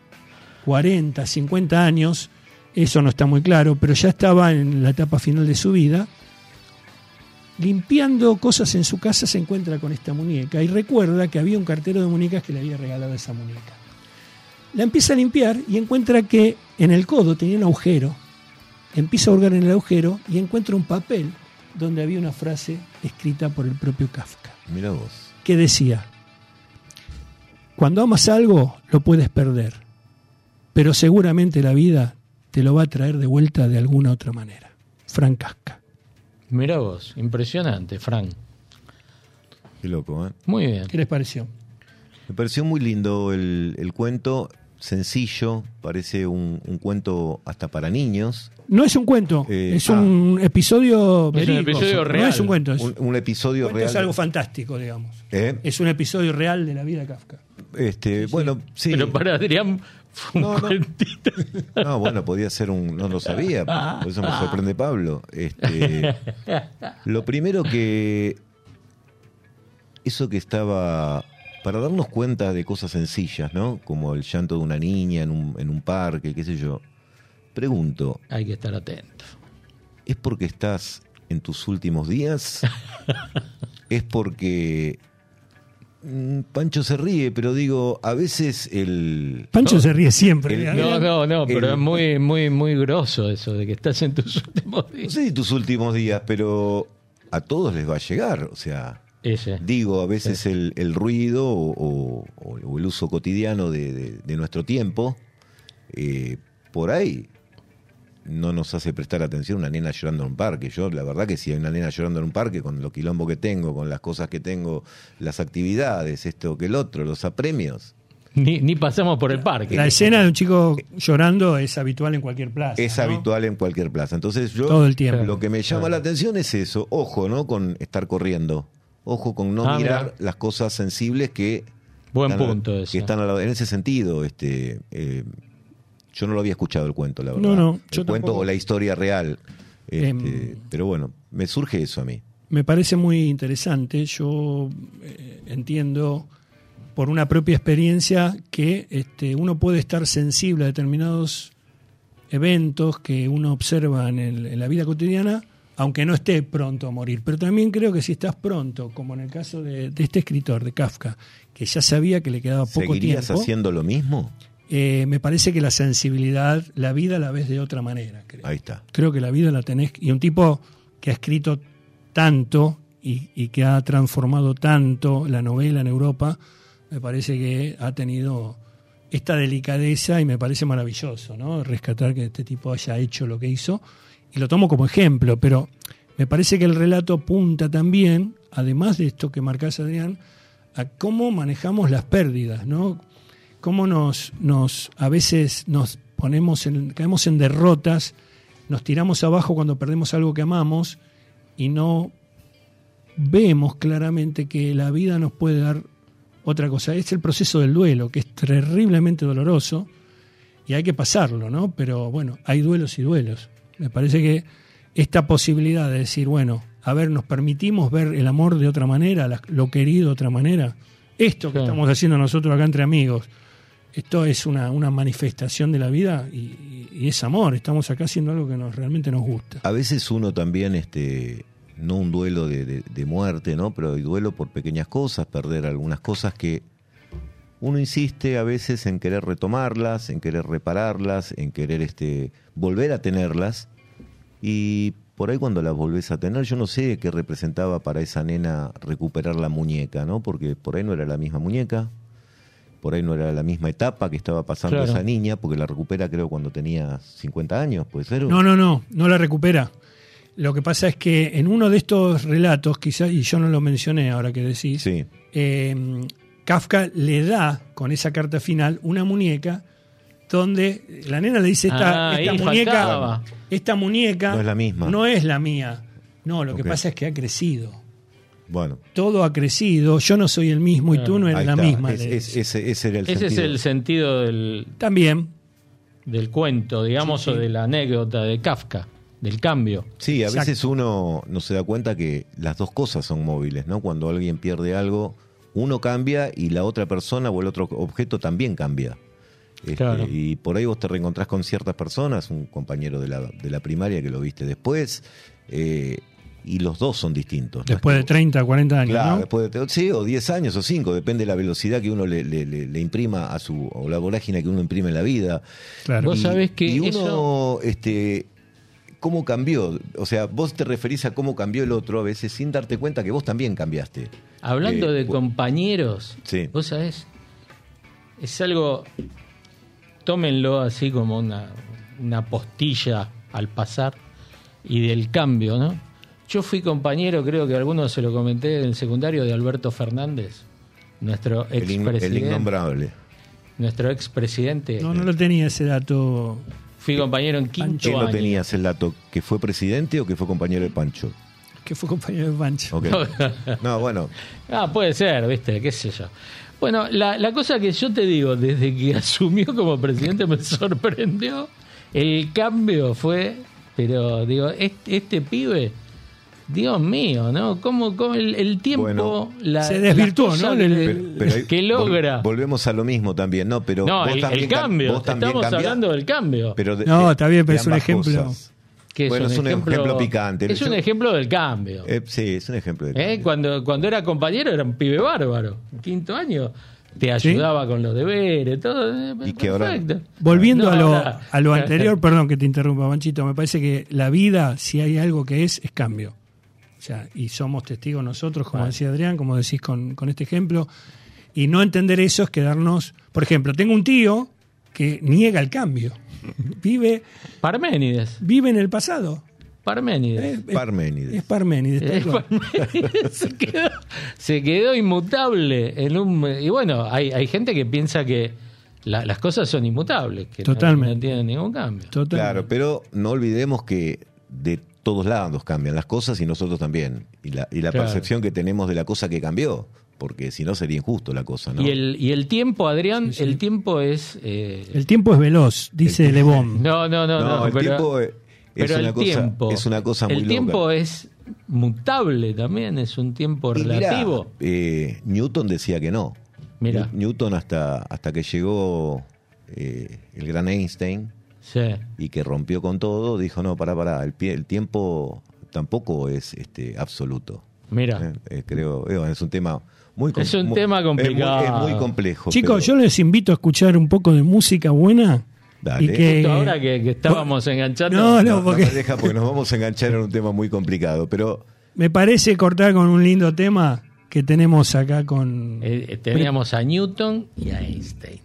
Speaker 2: 40, 50 años, eso no está muy claro, pero ya estaba en la etapa final de su vida, limpiando cosas en su casa se encuentra con esta muñeca y recuerda que había un cartero de muñecas que le había regalado esa muñeca. La empieza a limpiar y encuentra que en el codo tenía un agujero. Empieza a hurgar en el agujero y encuentra un papel donde había una frase escrita por el propio Kafka
Speaker 3: Mira vos.
Speaker 2: que decía, cuando amas algo lo puedes perder, pero seguramente la vida te lo va a traer de vuelta de alguna otra manera. Frank Kafka.
Speaker 4: Mirá vos, impresionante, Frank.
Speaker 3: Qué loco, ¿eh?
Speaker 4: Muy bien.
Speaker 2: ¿Qué les pareció?
Speaker 3: Me pareció muy lindo el, el cuento, sencillo, parece un, un cuento hasta para niños.
Speaker 2: No es un cuento,
Speaker 3: Eh,
Speaker 2: es
Speaker 3: ah.
Speaker 2: un episodio
Speaker 4: Es un
Speaker 2: verídico.
Speaker 4: episodio
Speaker 2: No
Speaker 4: real.
Speaker 2: es un cuento, es,
Speaker 3: Un,
Speaker 2: un
Speaker 3: un episodio
Speaker 2: cuento
Speaker 3: real.
Speaker 2: es algo fantástico, digamos.
Speaker 3: ¿Eh?
Speaker 2: Es un episodio real de la vida de Kafka.
Speaker 3: Este, bueno, sí.
Speaker 4: Pero para Adrián fue un
Speaker 3: No, no.
Speaker 4: cuentito.
Speaker 3: No, bueno, podía ser un. No lo sabía, por eso me sorprende Pablo. Este, lo primero que. Eso que estaba. Para darnos cuenta de cosas sencillas, ¿no? Como el llanto de una niña en un, en un parque, qué sé yo. Pregunto,
Speaker 4: Hay que estar atento.
Speaker 3: ¿es porque estás en tus últimos días? ¿Es porque. Mm, Pancho se ríe, pero digo, a veces el.
Speaker 2: Pancho se ríe siempre.
Speaker 3: El-
Speaker 2: ¿eh?
Speaker 4: No, no, no, pero
Speaker 3: El-
Speaker 4: es muy, muy, muy grosso eso de que estás en tus últimos
Speaker 3: No
Speaker 4: días.
Speaker 3: sé si tus últimos días, pero a todos les va a llegar. O sea,
Speaker 4: Ese.
Speaker 3: digo, a veces el, el ruido o, o- o el uso cotidiano de, de- de nuestro tiempo, eh, por ahí no nos hace prestar atención una nena llorando en un parque. Yo, la verdad que si hay una nena llorando en un parque, con lo quilombo que tengo, con las cosas que tengo, las actividades, esto que el otro, los apremios,
Speaker 4: Ni, ni pasamos por el parque.
Speaker 2: La escena de un chico llorando es habitual en cualquier plaza.
Speaker 3: es
Speaker 2: ¿no?
Speaker 3: habitual en cualquier plaza. Entonces yo
Speaker 2: Todo el tiempo.
Speaker 3: Lo que me llama la atención es eso, ojo, ¿no? Con estar corriendo, ojo con no
Speaker 4: Ah,
Speaker 3: mirar
Speaker 4: mirá.
Speaker 3: las cosas sensibles que
Speaker 4: Buen
Speaker 3: están, a-
Speaker 4: punto eso.
Speaker 3: que están a la- en ese sentido, este, eh, yo no lo había escuchado el cuento, la verdad.
Speaker 2: No, no,
Speaker 3: el
Speaker 2: yo
Speaker 3: cuento
Speaker 2: tampoco.
Speaker 3: o la historia real, este,
Speaker 2: Em.
Speaker 3: pero bueno, me surge eso a mí.
Speaker 2: Me parece muy interesante. Yo eh, entiendo por una propia experiencia que este, uno puede estar sensible a determinados eventos que uno observa en, el- en la vida cotidiana, aunque no esté pronto a morir. Pero también creo que si estás pronto, como en el caso de, de este escritor, de Kafka, que ya sabía que le quedaba poco
Speaker 3: ¿Seguirías
Speaker 2: tiempo,
Speaker 3: haciendo lo mismo?
Speaker 2: eh, me parece que la sensibilidad, la vida la ves de otra manera. Creo
Speaker 3: Ahí está.
Speaker 2: creo que la vida la tenés. Y un tipo que ha escrito tanto y, y que ha transformado tanto la novela en Europa, me parece que ha tenido esta delicadeza y me parece maravilloso, ¿no? Rescatar que este tipo haya hecho lo que hizo. Y lo tomo como ejemplo, pero me parece que el relato apunta también, además de esto que marcás, Adrián, a cómo manejamos las pérdidas, ¿no? cómo nos, nos a veces nos ponemos en, caemos en derrotas, nos tiramos abajo cuando perdemos algo que amamos y no vemos claramente que la vida nos puede dar otra cosa. Es el proceso del duelo, que es terriblemente doloroso y hay que pasarlo, ¿no? Pero bueno, hay duelos y duelos. Me parece que esta posibilidad de decir, bueno, a ver, nos permitimos ver el amor de otra manera, la- lo querido de otra manera. Esto que
Speaker 4: Claro.
Speaker 2: estamos haciendo nosotros acá entre amigos, esto es una, una manifestación de la vida y, y- y es amor. Estamos acá haciendo algo que nos, realmente nos gusta.
Speaker 3: A veces uno también, este, no un duelo de, de- de muerte, ¿no? Pero hay duelo por pequeñas cosas, perder algunas cosas que uno insiste a veces en querer retomarlas, en querer repararlas, en querer este, volver a tenerlas. Y por ahí cuando las volvés a tener, yo no sé qué representaba para esa nena recuperar la muñeca, ¿no? Porque por ahí no era la misma muñeca, por ahí no era la misma etapa que estaba pasando
Speaker 4: Claro.
Speaker 3: esa niña, porque la recupera creo cuando tenía 50 años, puede ser.
Speaker 2: No, no, no, no la recupera. Lo que pasa es que en uno de estos relatos, quizás, y yo no lo mencioné ahora que decís,
Speaker 3: Sí,
Speaker 2: eh, Kafka le da con esa carta final una muñeca donde la nena le dice esta,
Speaker 4: Ah,
Speaker 2: esta
Speaker 4: ahí
Speaker 2: muñeca
Speaker 4: faltaba.
Speaker 2: esta muñeca
Speaker 3: No es la misma.
Speaker 2: no es la mía no lo
Speaker 3: Ok.
Speaker 2: que pasa es que ha crecido
Speaker 3: bueno.
Speaker 2: todo ha crecido yo no soy el mismo y tú no eres
Speaker 3: Ah. ahí
Speaker 2: la
Speaker 3: está.
Speaker 2: misma
Speaker 3: Es-
Speaker 2: le
Speaker 3: es-
Speaker 2: dice.
Speaker 3: ese, ese era el
Speaker 4: Ese es
Speaker 3: sentido.
Speaker 4: el sentido del,
Speaker 2: también
Speaker 4: del cuento, digamos, o de la anécdota de Kafka, del cambio.
Speaker 3: Sí, a
Speaker 2: Exacto.
Speaker 3: veces uno no se da cuenta que las dos cosas son móviles, ¿no? Cuando alguien pierde algo, uno cambia y la otra persona o el otro objeto también cambia. Este,
Speaker 4: Claro.
Speaker 3: Y por ahí vos te reencontrás con ciertas personas, un compañero de la, de la primaria que lo viste después, eh, y los dos son distintos. ¿no?
Speaker 2: después de 30 40 años
Speaker 3: Claro,
Speaker 2: ¿no?
Speaker 3: después de, sí, o 10 años o 5, depende de la velocidad que uno le, le- le- le imprima a su, o la vorágine que uno imprime en la vida.
Speaker 2: Claro.
Speaker 4: Vos sabés que
Speaker 3: Y uno,
Speaker 4: eso-
Speaker 3: este, ¿cómo cambió? O sea, vos te referís a cómo cambió el otro a veces sin darte cuenta que vos también cambiaste.
Speaker 4: Hablando
Speaker 3: Eh,
Speaker 4: de
Speaker 3: bu-
Speaker 4: compañeros,
Speaker 3: Sí.
Speaker 4: vos sabés, es algo, tómenlo así como una, una postilla al pasar y del cambio, ¿no? Yo fui compañero, creo que a algunos se lo comenté en el secundario, de Alberto Fernández, nuestro
Speaker 3: El, in- el
Speaker 4: expresidente.
Speaker 3: innombrable.
Speaker 4: Nuestro expresidente.
Speaker 2: no no lo tenía ese dato
Speaker 4: Fui compañero en quinto
Speaker 3: ¿Quién lo
Speaker 4: año.
Speaker 3: tenías el dato? ¿Que fue presidente o que fue compañero de Pancho?
Speaker 2: que fue compañero de Pancho
Speaker 3: Ok. [LAUGHS] No, bueno,
Speaker 4: [LAUGHS] Ah, puede ser, viste, qué sé yo. Bueno, la, la cosa que yo te digo, desde que [LAUGHS] asumió como presidente me sorprendió, el cambio fue, pero digo, este, este pibe, Dios mío, ¿no? ¿Cómo, cómo el, el tiempo,
Speaker 3: Bueno.
Speaker 4: la,
Speaker 2: Se desvirtuó,
Speaker 4: la cosa
Speaker 2: ¿no?
Speaker 4: que-
Speaker 2: El-
Speaker 3: pero, pero ahí
Speaker 4: que logra.
Speaker 3: vol- volvemos a lo mismo también, ¿no? Pero
Speaker 4: no,
Speaker 3: vos
Speaker 4: el, el
Speaker 3: también cam-
Speaker 4: cambio,
Speaker 3: vos también
Speaker 4: estamos
Speaker 3: cambiás,
Speaker 4: hablando del cambio.
Speaker 3: pero de-
Speaker 2: No,
Speaker 3: de-
Speaker 2: está bien, pero
Speaker 3: de
Speaker 2: es un
Speaker 3: ambas
Speaker 2: ejemplo.
Speaker 3: cosas.
Speaker 4: que
Speaker 3: bueno, es un ejemplo picante.
Speaker 4: Es
Speaker 3: Yo-
Speaker 4: un ejemplo del cambio.
Speaker 3: Eh, sí, es un ejemplo de
Speaker 4: ¿Eh?
Speaker 3: cambio.
Speaker 4: Cuando, cuando era compañero era un pibe bárbaro. En Quinto año te
Speaker 2: ¿Sí?
Speaker 4: ayudaba con los deberes, todo. eh,
Speaker 3: Y que ahora-
Speaker 4: perfecto.
Speaker 2: Volviendo
Speaker 4: No,
Speaker 2: a, lo,
Speaker 4: ahora-
Speaker 2: a lo anterior, perdón que te interrumpa, Manchito, me parece que la vida, si hay algo que es, es cambio. O sea, y somos testigos nosotros, como decía Adrián, como decís con, con este ejemplo. Y no entender eso es quedarnos. Por ejemplo, tengo un tío que niega el cambio. Vive,
Speaker 4: [LAUGHS] Parménides.
Speaker 2: vive en el pasado.
Speaker 4: Parménides.
Speaker 2: Es, es-
Speaker 3: Parménides.
Speaker 2: es Parménides. tal
Speaker 4: [LAUGHS] Eh,
Speaker 2: cual.
Speaker 4: Parménides se, quedó, se quedó inmutable en un y bueno hay, hay gente que piensa que la- las cosas son inmutables que no-
Speaker 2: Totalmente.
Speaker 4: no, tienen ningún cambio
Speaker 2: Total.
Speaker 3: Claro, pero no olvidemos que de todos lados cambian las cosas y nosotros también. Y la, y la
Speaker 4: Claro.
Speaker 3: percepción que tenemos de la cosa que cambió, porque si no sería injusto la cosa, ¿no?
Speaker 4: y el y el tiempo Adrián el tiempo es eh,
Speaker 2: El tiempo es veloz, dice Le Bon.
Speaker 4: no no no
Speaker 3: no,
Speaker 4: no,
Speaker 3: el
Speaker 4: pero-
Speaker 3: tiempo es,
Speaker 4: Pero
Speaker 3: una
Speaker 4: el
Speaker 3: cosa,
Speaker 4: tiempo,
Speaker 3: es una cosa muy
Speaker 4: El tiempo
Speaker 3: loca.
Speaker 4: es mutable también, es un tiempo
Speaker 3: Y mirá,
Speaker 4: relativo.
Speaker 3: eh, Newton decía que no.
Speaker 4: Mirá.
Speaker 3: New- Newton hasta, hasta que llegó eh, el gran Einstein
Speaker 4: Sí.
Speaker 3: y que rompió con todo, dijo, no, pará, pará, el, pie- el tiempo tampoco es este absoluto.
Speaker 4: Mira,
Speaker 3: Eh, eh, creo, eh, es un tema muy com-
Speaker 4: Es un
Speaker 3: muy-
Speaker 4: tema
Speaker 3: es muy- Es
Speaker 4: complicado.
Speaker 3: muy, complejo.
Speaker 2: Chicos, yo
Speaker 3: pero-
Speaker 2: les invito a escuchar un poco de música buena.
Speaker 3: Dale.
Speaker 2: Y que,
Speaker 4: justo ahora que, que estábamos
Speaker 2: Eh, No,
Speaker 4: enganchando, eh,
Speaker 2: no,
Speaker 3: No, no
Speaker 2: porque.
Speaker 3: me deja porque nos vamos a enganchar en un tema muy complicado, pero
Speaker 2: Me parece cortar con un lindo tema que tenemos acá con...
Speaker 4: eh, eh, teníamos a Newton y a Einstein.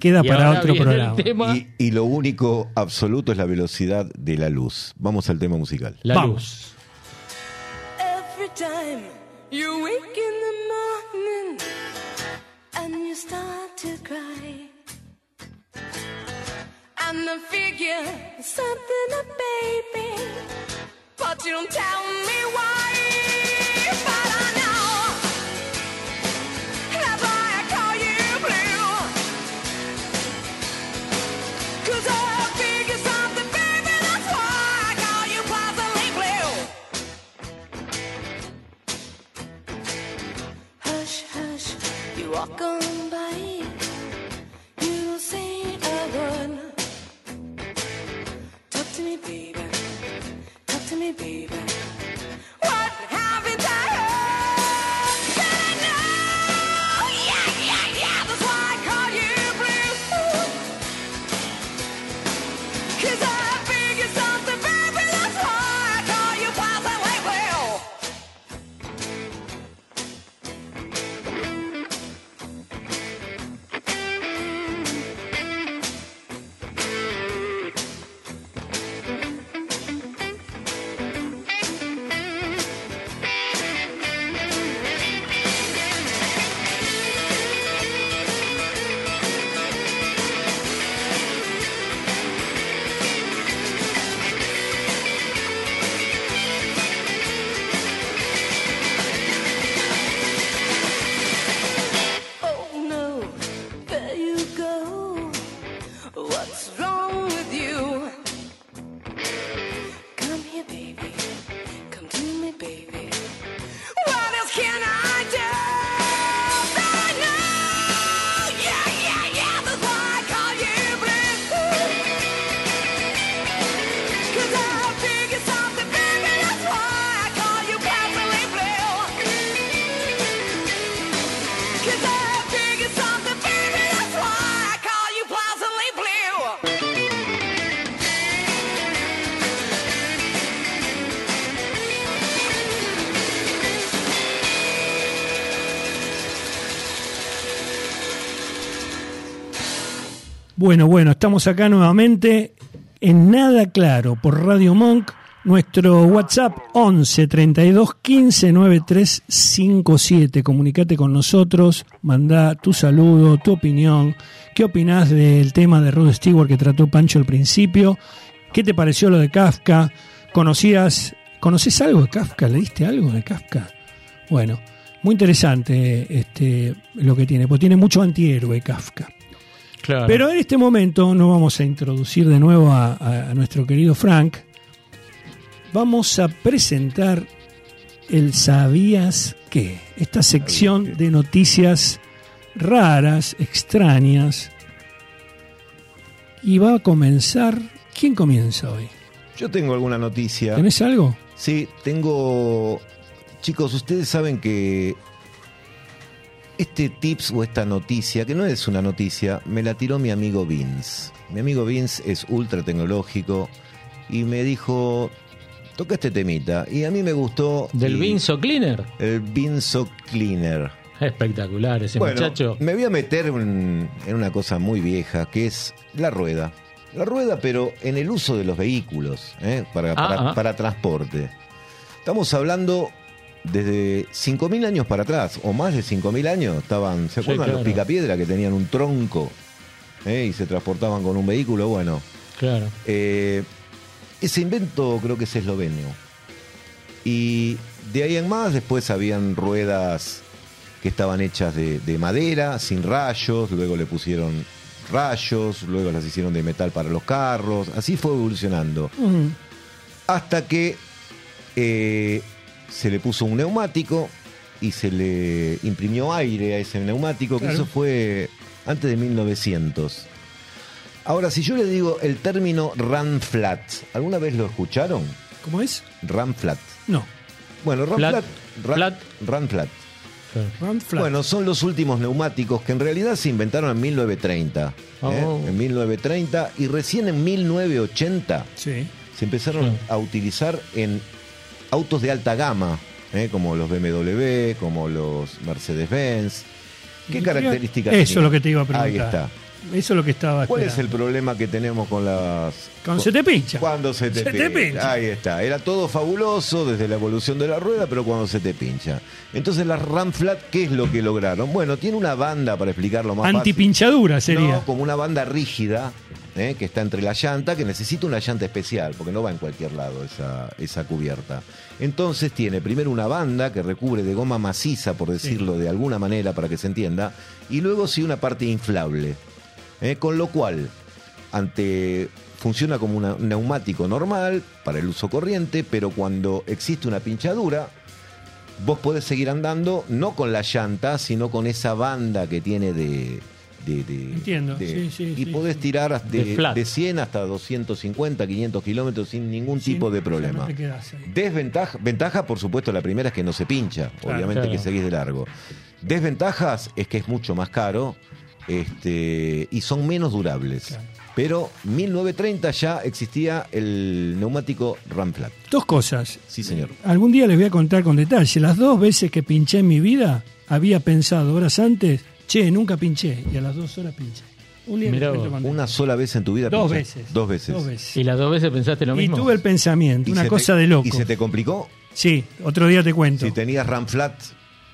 Speaker 2: queda
Speaker 4: Y
Speaker 2: Ah, para
Speaker 4: ahora
Speaker 2: otro
Speaker 4: viene el
Speaker 2: programa.
Speaker 4: tema,
Speaker 3: y, y lo único absoluto es la velocidad de la luz. Vamos al tema musical.
Speaker 4: la luz.
Speaker 2: Vamos.
Speaker 6: Every time you wake in the morning and you start to cry, and I figure something up, baby, but you don't tell me why. But I know that's why I call you blue. 'Cause I figure something, baby, that's why I call you positively blue. Hush, hush, you walk on by. You don't say a word. Talk to me, baby. Talk to me, baby. What haven't I heard? That I know. Yeah, yeah, yeah. That's why I call you blue. 'Cause I figured something, baby. That's why I call Oh,
Speaker 2: Bueno, bueno, estamos acá nuevamente en Nada Claro por Radio Monk. Nuestro WhatsApp 11 32 15 93 57. Comunicate con nosotros, mandá tu saludo, tu opinión. ¿Qué opinás del tema de Rod Stewart que trató Pancho al principio? ¿Qué te pareció lo de Kafka? ¿Conocías, ¿Conoces algo de Kafka? ¿Leíste algo de Kafka? Bueno, muy interesante este, lo que tiene, porque tiene mucho antihéroe Kafka.
Speaker 7: Claro.
Speaker 2: Pero en este momento no vamos a introducir de nuevo a, a- a nuestro querido Frank. Vamos a presentar el Sabías qué, esta sección de noticias raras, extrañas. Y va a comenzar. ¿Quién comienza hoy?
Speaker 3: Yo tengo alguna noticia.
Speaker 2: ¿Tenés algo?
Speaker 3: Sí, tengo. Chicos, ustedes saben que este tips o esta noticia, que no es una noticia, me la tiró mi amigo Vince. Mi amigo Vince es ultra tecnológico y me dijo: toca este temita. Y a mí me gustó.
Speaker 4: Del
Speaker 3: y-
Speaker 4: Vinso Cleaner.
Speaker 3: El Vinso Cleaner.
Speaker 4: Espectacular ese
Speaker 3: Bueno,
Speaker 4: muchacho.
Speaker 3: me voy a meter en, en una cosa muy vieja, que es la rueda. La rueda, pero en el uso de los vehículos, ¿eh? para,
Speaker 4: Ah,
Speaker 3: para-
Speaker 4: ah.
Speaker 3: para transporte. Estamos hablando desde 5.000 años para atrás, o más de 5.000 años, estaban, ¿se
Speaker 4: Sí,
Speaker 3: acuerdan los
Speaker 4: claro.
Speaker 3: picapiedra que tenían un tronco ¿eh? y se transportaban con un vehículo? Bueno,
Speaker 4: Claro.
Speaker 3: eh, ese invento creo que es eslovenio. Y de ahí en más, después habían ruedas que estaban hechas de, de madera, sin rayos, luego le pusieron rayos, luego las hicieron de metal para los carros, así fue evolucionando. Hasta que eh, se le puso un neumático y se le imprimió aire a ese neumático, que eso fue antes de 1900. Ahora, si yo le digo el término run flat, ¿alguna vez lo escucharon?
Speaker 2: ¿Cómo es?
Speaker 3: Run flat.
Speaker 2: No.
Speaker 3: Bueno, run
Speaker 4: Flat,
Speaker 3: flat. run-
Speaker 4: flat.
Speaker 3: run flat.
Speaker 4: claro.
Speaker 2: Run flat.
Speaker 3: Bueno, son los últimos neumáticos que en realidad se inventaron en 1930. ¿eh?
Speaker 4: Oh.
Speaker 3: En 1930 y recién en 1980
Speaker 2: Sí.
Speaker 3: se empezaron a utilizar en autos de alta gama, ¿eh? como los BMW, como los Mercedes-Benz. ¿Qué características
Speaker 2: Eso es
Speaker 3: tenían?
Speaker 2: lo que te iba a preguntar.
Speaker 3: Ahí está.
Speaker 2: Eso es lo que estaba
Speaker 3: ¿Cuál es el
Speaker 2: esperando.
Speaker 3: problema que tenemos con las...
Speaker 2: Cuando se te pincha.
Speaker 3: Cuando se te,
Speaker 2: Se te
Speaker 3: pincha.
Speaker 2: pincha.
Speaker 3: Ahí está. Era todo fabuloso desde la evolución de la rueda, pero cuando se te pincha. Entonces las Ram Flat, ¿qué es lo que lograron? Bueno, tiene una banda para explicarlo más fácil.
Speaker 2: Antipinchadura sería.
Speaker 3: No, como una banda rígida ¿eh? que está entre la llanta, que necesita una llanta especial, porque no va en cualquier lado esa, esa cubierta. Entonces tiene primero una banda que recubre de goma maciza, por decirlo de alguna manera, para que se entienda, y luego sí una parte inflable. ¿eh? Con lo cual, ante funciona como una- un neumático normal para el uso corriente, pero cuando existe una pinchadura, vos podés seguir andando no con la llanta, sino con esa banda que tiene de... de- de-
Speaker 2: Entiendo, sí,
Speaker 3: de-
Speaker 2: sí,
Speaker 3: y
Speaker 2: sí,
Speaker 3: podés
Speaker 2: sí.
Speaker 3: tirar de,
Speaker 4: De flat.
Speaker 3: de 100 hasta 250, 500 kilómetros sin ningún
Speaker 2: Sí,
Speaker 3: tipo de
Speaker 2: no, o sea, no
Speaker 3: problema.
Speaker 2: te quedás ahí.
Speaker 3: Desventaja, ventaja, por supuesto, la primera es que no se pincha, obviamente
Speaker 4: claro.
Speaker 3: que seguís de largo. Desventajas es que es mucho más caro este, y son menos durables. Pero 1930 ya existía el neumático Ramflat.
Speaker 2: Dos cosas.
Speaker 3: Sí, señor.
Speaker 2: Algún día les voy a contar con detalle. Las dos veces que pinché en mi vida, había pensado horas antes, che, nunca pinché. Y a las dos horas pinché. Un día
Speaker 4: Mirá
Speaker 2: les
Speaker 4: vos.
Speaker 2: cuento cuando-
Speaker 3: Una sola vez en tu vida.
Speaker 2: dos,
Speaker 3: pinchaste.
Speaker 2: veces.
Speaker 3: Dos veces.
Speaker 2: Dos veces.
Speaker 4: ¿Y las dos veces pensaste lo
Speaker 2: Y
Speaker 4: mismo?
Speaker 2: tuve el pensamiento,
Speaker 3: ¿Y se
Speaker 2: una
Speaker 3: te-
Speaker 2: cosa de loco.
Speaker 3: ¿Y se te complicó?
Speaker 2: Sí, otro día te cuento.
Speaker 3: Si tenías Ramflat,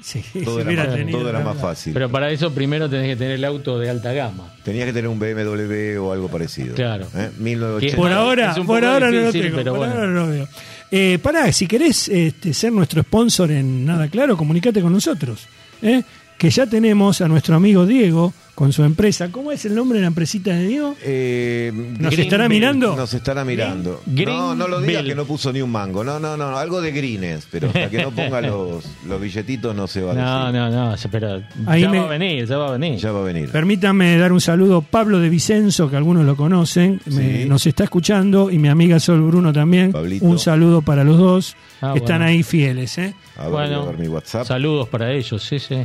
Speaker 2: Sí,
Speaker 3: todo,
Speaker 2: si
Speaker 3: era
Speaker 2: hubiera
Speaker 3: más,
Speaker 2: tenido
Speaker 3: todo era
Speaker 2: la
Speaker 3: más
Speaker 2: verdad.
Speaker 3: fácil.
Speaker 4: Pero para eso primero tenés que tener el auto de alta gama.
Speaker 3: Tenías que tener un BMW o algo parecido.
Speaker 4: Claro.
Speaker 3: ¿Eh?
Speaker 4: Que-
Speaker 3: 1980.
Speaker 2: Por
Speaker 4: Es
Speaker 2: ahora,
Speaker 4: un poco
Speaker 2: por ahora no lo
Speaker 4: difícil,
Speaker 2: tengo.
Speaker 4: pero
Speaker 2: por
Speaker 4: bueno.
Speaker 2: ahora no lo veo. Eh, pará, si querés este, ser nuestro sponsor en Nada Claro, comunicate con nosotros. ¿eh? Que ya tenemos a nuestro amigo Diego con su empresa. ¿Cómo es el nombre de la empresita de Diego?
Speaker 3: Eh,
Speaker 2: ¿Nos
Speaker 3: Greenville.
Speaker 2: estará mirando?
Speaker 3: Nos estará mirando.
Speaker 4: Green-
Speaker 3: no, no lo digas
Speaker 4: Greenville.
Speaker 3: que no puso ni un mango. No, no, no, algo de grines, pero hasta que no ponga los, los billetitos no se va a
Speaker 4: No,
Speaker 3: decir.
Speaker 4: no, no, se- pero
Speaker 2: Ahí
Speaker 4: ya
Speaker 2: me-
Speaker 4: va a venir, ya va a venir.
Speaker 3: Ya va a venir.
Speaker 2: Permítame dar un saludo a Pablo de Vicenzo, que algunos lo conocen, me-
Speaker 3: Sí.
Speaker 2: nos está escuchando, y mi amiga Sol Bruno también.
Speaker 3: Pablito.
Speaker 2: Un saludo para los dos,
Speaker 4: Ah,
Speaker 2: que están
Speaker 4: bueno.
Speaker 2: ahí fieles. ¿eh?
Speaker 3: A ver, voy a
Speaker 4: bueno,
Speaker 3: ver mi WhatsApp.
Speaker 4: saludos para ellos, sí, sí.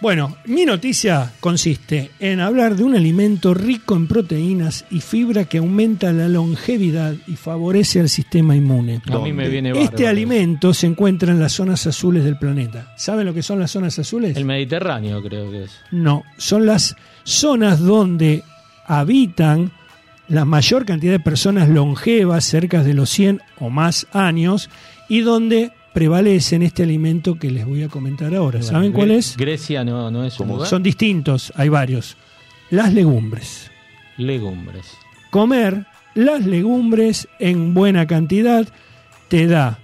Speaker 2: Bueno, mi noticia consiste en hablar de un alimento rico en proteínas y fibra que aumenta la longevidad y favorece al sistema inmune.
Speaker 4: A mí me
Speaker 3: ¿Dónde?
Speaker 4: viene bárbaro.
Speaker 2: Este alimento se encuentra en las zonas azules del planeta. ¿Saben lo que son las zonas azules?
Speaker 4: El Mediterráneo creo que es.
Speaker 2: No, son las zonas donde habitan la mayor cantidad de personas longevas, cerca de los 100 o más años, y donde prevalecen este alimento que les voy a comentar ahora. ¿Saben cuál es?
Speaker 4: Grecia no, no es un
Speaker 3: Como
Speaker 4: lugar.
Speaker 2: Son distintos, hay varios. Las legumbres.
Speaker 4: legumbres.
Speaker 2: Comer las legumbres en buena cantidad te da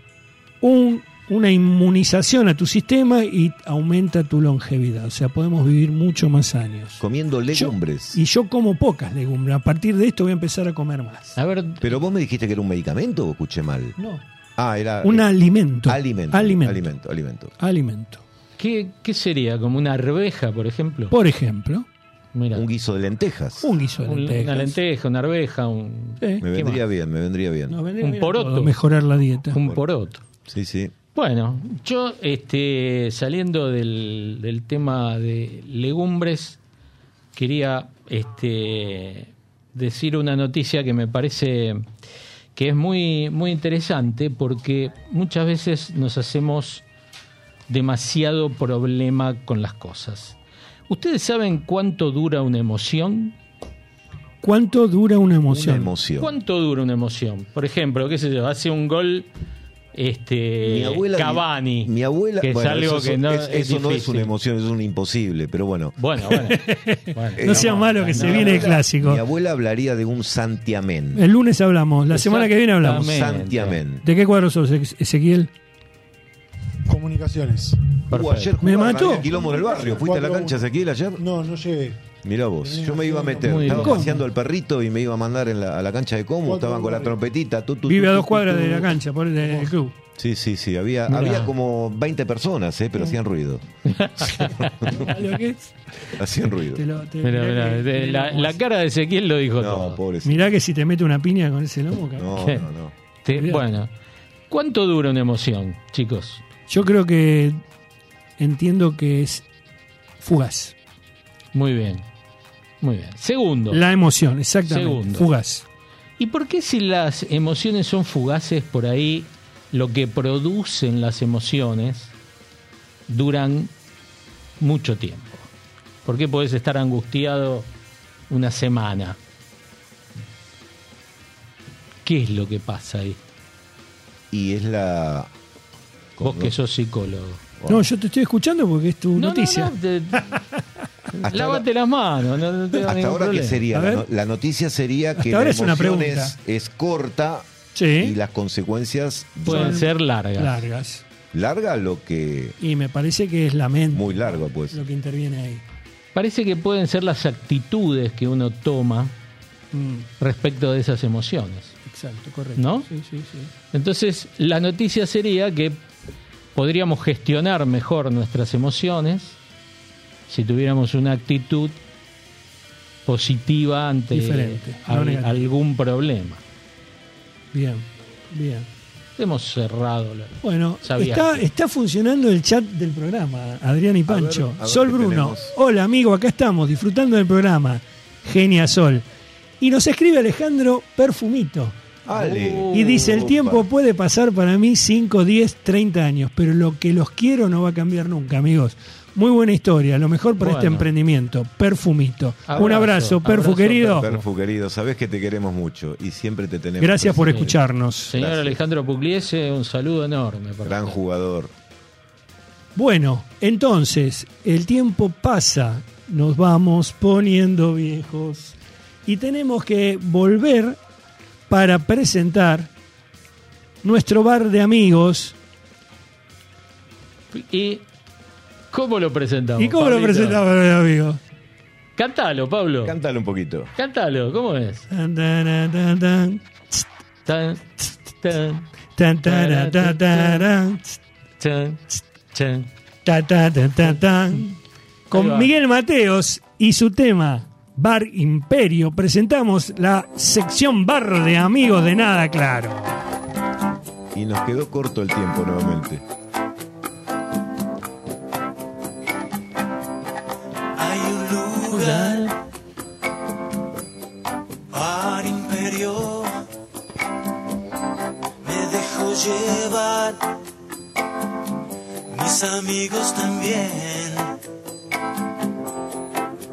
Speaker 2: un- una inmunización a tu sistema y aumenta tu longevidad. O sea, podemos vivir mucho más años.
Speaker 3: Comiendo legumbres.
Speaker 2: Y yo como pocas legumbres. A partir de esto voy a empezar a comer más.
Speaker 4: A ver,
Speaker 3: Pero vos me dijiste que era un medicamento o escuché mal.
Speaker 2: No.
Speaker 3: Ah, era.
Speaker 2: Un
Speaker 3: eh,
Speaker 2: alimento.
Speaker 3: alimento.
Speaker 2: Alimento.
Speaker 3: Alimento. alimento.
Speaker 2: Alimento.
Speaker 4: ¿qué, qué sería? ¿Como una arveja, por ejemplo?
Speaker 2: Por ejemplo,
Speaker 4: Mira,
Speaker 3: Un guiso de lentejas.
Speaker 2: un eh, guiso de
Speaker 4: un-
Speaker 2: lentejas.
Speaker 4: una lenteja, una arveja, un,
Speaker 2: Sí.
Speaker 3: Me
Speaker 4: ¿qué
Speaker 3: vendría bien, me vendría bien.
Speaker 2: Nos vendría
Speaker 4: Un
Speaker 2: bien
Speaker 4: poroto.
Speaker 2: todo, Mejorar la dieta.
Speaker 4: un poroto.
Speaker 3: Sí, sí.
Speaker 4: Bueno, yo este, saliendo del, del tema de legumbres, quería este, decir una noticia que me parece que es muy, muy interesante porque muchas veces nos hacemos demasiado problema con las cosas. ¿Ustedes saben cuánto dura una emoción?
Speaker 2: ¿Cuánto dura una
Speaker 3: Una
Speaker 2: emoción?
Speaker 3: emoción.
Speaker 4: ¿Cuánto dura una emoción? Por ejemplo, qué sé yo, hace un gol este
Speaker 3: Mi abuela.
Speaker 4: Cavani.
Speaker 3: Mi, mi abuela.
Speaker 4: que
Speaker 3: bueno,
Speaker 4: es algo
Speaker 3: eso
Speaker 4: que no
Speaker 3: es- eso no es
Speaker 4: difícil.
Speaker 3: una emoción, es un imposible, pero bueno.
Speaker 4: Bueno,
Speaker 3: [LAUGHS]
Speaker 4: bueno. Bueno,
Speaker 2: Eh, no sea malo que se viene el clásico.
Speaker 3: Mi abuela hablaría de un santiamén.
Speaker 2: El lunes hablamos, la semana que viene hablamos.
Speaker 4: Exactamente.
Speaker 3: Santiamén.
Speaker 2: ¿De qué cuadro sos, Ex- Ezequiel?
Speaker 5: Comunicaciones.
Speaker 3: Uh, ayer
Speaker 2: Me
Speaker 3: jugaba,
Speaker 2: mató.
Speaker 3: había quilombo en el barrio. ¿Fuiste a la cancha Ezequiel ayer?
Speaker 5: No, no llegué.
Speaker 3: Mirá vos, yo me iba a meter,
Speaker 4: Muy
Speaker 3: estaba
Speaker 4: bien.
Speaker 3: paseando al perrito y me iba a mandar en la- a la cancha de Como,
Speaker 5: Cuatro
Speaker 3: estaban con la
Speaker 5: goles.
Speaker 3: trompetita. tu, tu,
Speaker 2: Vive
Speaker 3: tu,
Speaker 2: a
Speaker 3: tu,
Speaker 2: dos
Speaker 3: tu,
Speaker 2: cuadras
Speaker 3: tu.
Speaker 2: de la cancha, por el del club.
Speaker 3: Sí, sí, sí, había,
Speaker 4: Mirá.
Speaker 3: había como 20 personas, eh, pero hacían ruido,
Speaker 2: [LAUGHS] ¿Lo que es?
Speaker 3: hacían ruido.
Speaker 2: Te lo- te-
Speaker 4: Mirá,
Speaker 2: mirá
Speaker 4: mirá,
Speaker 2: que-
Speaker 4: de-
Speaker 2: mirá
Speaker 4: la,
Speaker 2: cómo
Speaker 4: la
Speaker 2: hace.
Speaker 4: cara de Ezequiel lo
Speaker 3: No,
Speaker 4: dijo todo.
Speaker 3: pobrecito.
Speaker 2: Mirá que si te mete una piña con ese lomo, cabrón.
Speaker 3: No, no, no.
Speaker 4: Te-
Speaker 2: Mirá.
Speaker 4: bueno, ¿cuánto dura una emoción, chicos?
Speaker 2: Yo creo que entiendo que es fugaz.
Speaker 4: Muy bien. Muy bien. Segundo,
Speaker 2: La emoción, exactamente.
Speaker 4: Segundo.
Speaker 2: Fugaz.
Speaker 4: ¿y por qué si las emociones son fugaces por ahí, lo que producen las emociones duran mucho tiempo? ¿Por qué podés estar angustiado una semana? ¿Qué es lo que pasa ahí?
Speaker 3: Y es la...
Speaker 4: Vos que sos psicólogo.
Speaker 2: No, yo te estoy escuchando porque es tu
Speaker 4: No,
Speaker 2: noticia.
Speaker 4: No, no, te-
Speaker 3: Hasta
Speaker 4: lávate las manos. No, no tengo
Speaker 3: Hasta
Speaker 4: ningún
Speaker 3: ahora, ¿qué
Speaker 4: problema.
Speaker 3: sería?
Speaker 2: A
Speaker 3: La,
Speaker 2: ver.
Speaker 3: no- la noticia sería
Speaker 2: Hasta
Speaker 3: que
Speaker 2: ahora
Speaker 3: la
Speaker 2: es una
Speaker 3: emoción
Speaker 2: pregunta.
Speaker 3: es, es corta
Speaker 2: Sí. Pues-
Speaker 3: y las consecuencias
Speaker 4: Pueden
Speaker 2: Son-
Speaker 4: ser largas.
Speaker 2: Largas.
Speaker 3: largas, lo que...
Speaker 2: Y me parece que es la mente
Speaker 3: Muy largo, pues.
Speaker 2: lo que interviene ahí.
Speaker 4: Parece que pueden ser las actitudes que uno toma
Speaker 2: Mm,
Speaker 4: respecto de esas emociones.
Speaker 2: exacto, correcto.
Speaker 4: ¿No?
Speaker 2: Sí, sí, sí.
Speaker 4: Entonces, la noticia sería que podríamos gestionar mejor nuestras emociones si tuviéramos una actitud positiva ante
Speaker 2: Diferente, no
Speaker 4: al-
Speaker 2: negativa.
Speaker 4: algún problema.
Speaker 2: Bien, bien.
Speaker 4: Hemos cerrado la...
Speaker 2: Bueno,
Speaker 4: Sabía.
Speaker 2: está, está funcionando el chat del programa, Adrián y Pancho.
Speaker 3: ver, a ver
Speaker 2: Sol
Speaker 3: qué
Speaker 2: Bruno,
Speaker 3: tenemos.
Speaker 2: hola amigo, acá estamos, disfrutando del programa. Genia Sol. Y nos escribe Alejandro Perfumito.
Speaker 3: Ale.
Speaker 2: Y dice, el tiempo puede pasar para mí 5, 10, 30 años, pero lo que los quiero no va a cambiar nunca, amigos. Muy buena historia, lo mejor para este
Speaker 4: Bueno.
Speaker 2: emprendimiento, Perfumito. Un
Speaker 4: Abrazo,
Speaker 2: abrazo, Perfu
Speaker 4: abrazo,
Speaker 2: querido.
Speaker 3: Perfu, querido, sabés que te queremos mucho y siempre te tenemos.
Speaker 2: Gracias por
Speaker 4: Sí.
Speaker 2: escucharnos.
Speaker 4: Señor
Speaker 3: Gracias.
Speaker 4: Alejandro Pugliese, un saludo enorme. para
Speaker 3: Gran
Speaker 4: usted.
Speaker 3: jugador.
Speaker 2: Bueno, entonces, el tiempo pasa, nos vamos poniendo viejos y tenemos que volver para presentar nuestro bar de amigos.
Speaker 4: ¿Y cómo lo presentamos?
Speaker 2: ¿Y cómo lo
Speaker 4: Pablito?
Speaker 2: presentamos, bar de amigos?
Speaker 4: Cántalo, Pablo.
Speaker 3: Cántale un poquito.
Speaker 4: Cántalo, ¿cómo es?
Speaker 2: Tan, tan, tan, tan,
Speaker 4: Tan, tan,
Speaker 2: tan, tan, tan, tan,
Speaker 4: tan, tan.
Speaker 2: tan, tan, tan, tan, tan.
Speaker 4: Ahí va.
Speaker 2: Con Miguel Mateos y su tema Bar Imperio presentamos la sección Bar de Amigos de Nada Claro.
Speaker 3: Y nos quedó corto el tiempo nuevamente.
Speaker 1: Hay un lugar, bar imperio. Me dejo llevar, mis amigos también.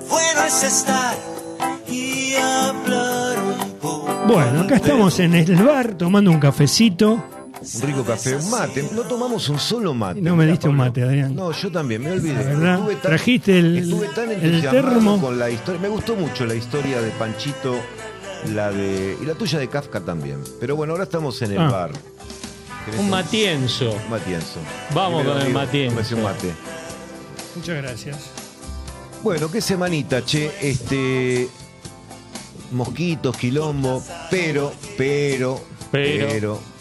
Speaker 1: Bueno es estar y hablar un poco.
Speaker 2: Bueno, acá estamos en el bar tomando un cafecito.
Speaker 3: Un rico café, un mate. No tomamos un solo mate.
Speaker 2: No me
Speaker 3: Mirá,
Speaker 2: diste un
Speaker 3: Pablo.
Speaker 2: mate, Adrián.
Speaker 3: No, yo también, me olvidé.
Speaker 2: La verdad, trajiste el-
Speaker 3: estuve tan
Speaker 2: el
Speaker 3: entusiasmado
Speaker 2: termo.
Speaker 3: con la historia. Me gustó mucho la historia de Panchito, la de. y la tuya de Kafka también. Pero bueno, ahora estamos en el
Speaker 2: Ah.
Speaker 3: bar. ¿Querés
Speaker 4: Un matienzo.
Speaker 3: Un matienzo.
Speaker 4: Vamos
Speaker 3: Primero,
Speaker 4: con el
Speaker 3: amigo,
Speaker 4: matienzo.
Speaker 3: tómese un mate.
Speaker 2: Muchas gracias.
Speaker 3: Bueno, qué semanita, che. Este. Mosquitos, quilombo. Pero, pero,
Speaker 4: Pero.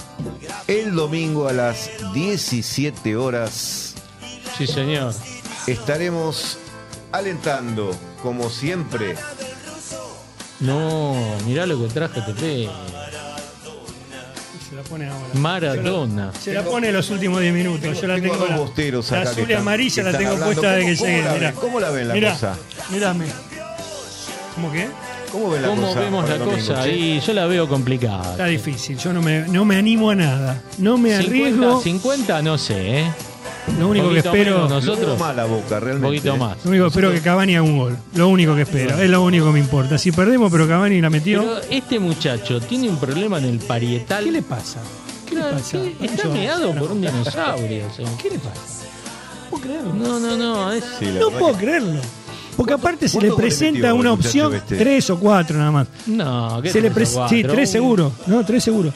Speaker 3: El domingo a las 17 horas
Speaker 4: Sí, señor.
Speaker 3: estaremos alentando, como siempre.
Speaker 4: No, mirá lo que trajo TP.
Speaker 2: Se la pone ahora.
Speaker 4: Maradona.
Speaker 2: Se la pone los últimos 10 minutos. Yo la
Speaker 3: tengo
Speaker 2: tengo.
Speaker 3: a dos
Speaker 2: la-
Speaker 3: bosteros
Speaker 2: la
Speaker 3: acá que
Speaker 2: azul y
Speaker 3: están-
Speaker 2: amarilla
Speaker 3: que
Speaker 2: la
Speaker 3: están
Speaker 2: tengo
Speaker 3: hablando.
Speaker 2: puesta de que
Speaker 3: ¿Cómo- cómo
Speaker 2: llegué.
Speaker 3: la ven?
Speaker 2: mirá.
Speaker 3: ¿Cómo la ven la
Speaker 2: Mirá,
Speaker 3: cosa?
Speaker 2: Mírame. ¿Cómo qué?
Speaker 3: ¿Cómo ven la
Speaker 4: ¿Cómo
Speaker 3: cosa?
Speaker 4: vemos
Speaker 3: para
Speaker 4: la
Speaker 3: el domingo,
Speaker 4: cosa
Speaker 3: che?
Speaker 4: ahí? Yo la veo complicada.
Speaker 2: Está difícil. Yo no me, no me animo a nada. No me
Speaker 4: 50,
Speaker 2: arriesgo.
Speaker 4: 50 no sé, ¿eh?
Speaker 2: Lo único que
Speaker 4: poquito
Speaker 2: espero.
Speaker 4: menos, ¿no?
Speaker 3: Lo veo
Speaker 4: Nosotros,
Speaker 3: mala boca,
Speaker 4: Un
Speaker 3: realmente.
Speaker 4: poquito
Speaker 3: ¿eh?
Speaker 4: más.
Speaker 2: Lo único que espero que Cavani haga un gol. Lo único que espero. Es lo único que me importa. Si perdemos, pero Cavani la metió.
Speaker 4: Pero este muchacho tiene un problema en el parietal.
Speaker 2: ¿Qué le pasa? ¿Qué le
Speaker 4: Claro,
Speaker 2: pasa?
Speaker 4: que Está
Speaker 2: Pancho,
Speaker 4: meado por un dinosaurio. o sea.
Speaker 2: ¿Qué le pasa? No puedo creerlo.
Speaker 4: No, no, no. Es,
Speaker 3: Sí, la
Speaker 2: No
Speaker 3: verdad
Speaker 2: puedo
Speaker 3: que-
Speaker 2: creerlo. Porque aparte se
Speaker 3: cuántos
Speaker 2: le
Speaker 3: goles
Speaker 2: presenta
Speaker 3: metió el
Speaker 2: una
Speaker 3: muchacho
Speaker 2: opción,
Speaker 3: este?
Speaker 2: tres o cuatro nada más.
Speaker 4: no, ¿qué
Speaker 2: Se le
Speaker 4: tres o
Speaker 2: pres- sí,
Speaker 4: cuatro?
Speaker 2: tres seguro. No, tres seguro.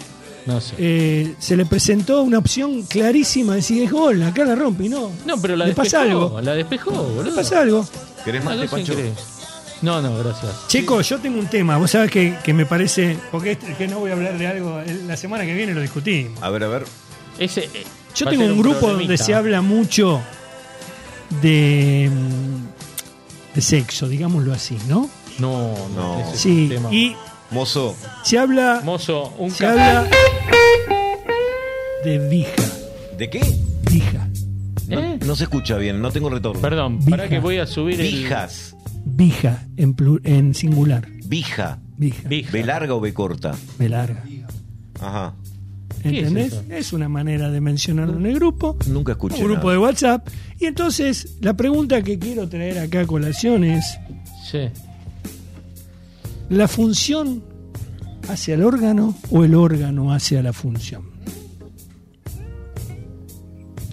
Speaker 4: No sé.
Speaker 2: Eh, se le presentó una opción clarísima de decir, es gol, acá la rompe y no.
Speaker 4: no, pero la
Speaker 2: le
Speaker 4: despejó.
Speaker 2: pasa algo.
Speaker 4: La despejó, boludo.
Speaker 2: Le pasa algo.
Speaker 3: ¿Querés
Speaker 4: Una
Speaker 3: mate,
Speaker 4: cosa
Speaker 3: Pancho?
Speaker 4: increíble. No, no, gracias.
Speaker 2: Checo, yo tengo un tema. Vos sabés que, que me parece. Porque este- que no voy a hablar de algo. eh, La semana que viene lo discutimos.
Speaker 3: A ver, a ver.
Speaker 4: Ese, eh,
Speaker 2: Yo
Speaker 4: va a
Speaker 2: tengo
Speaker 4: ser
Speaker 2: un grupo donde
Speaker 4: problemita.
Speaker 2: se habla mucho de, mm, de sexo, digámoslo así, ¿no?
Speaker 4: No,
Speaker 3: No.
Speaker 4: no. ese es un
Speaker 2: Sí.
Speaker 4: tema.
Speaker 2: Y
Speaker 3: Mozo,
Speaker 2: se habla,
Speaker 4: Mozo, un
Speaker 2: se
Speaker 4: ca-
Speaker 2: habla de vija.
Speaker 3: ¿de qué?
Speaker 2: Vija.
Speaker 4: ¿Eh?
Speaker 3: No se escucha bien, no tengo retorno.
Speaker 4: Perdón,
Speaker 2: Vija.
Speaker 4: para que voy a subir el.
Speaker 3: Vijas.
Speaker 2: Vija en, plu- en singular.
Speaker 3: Vija.
Speaker 2: Vija.
Speaker 4: Vija.
Speaker 3: ¿B larga o B corta?
Speaker 2: Me larga.
Speaker 3: Ajá.
Speaker 4: es
Speaker 2: ¿Entendés?
Speaker 4: eso?
Speaker 2: es, una manera de mencionarlo en el grupo.
Speaker 3: Nunca escuché.
Speaker 2: Un grupo
Speaker 3: nada.
Speaker 2: de WhatsApp. Y entonces, la pregunta que quiero traer acá a colación es:
Speaker 4: Sí.
Speaker 2: ¿la función hacia el órgano o el órgano hacia la función?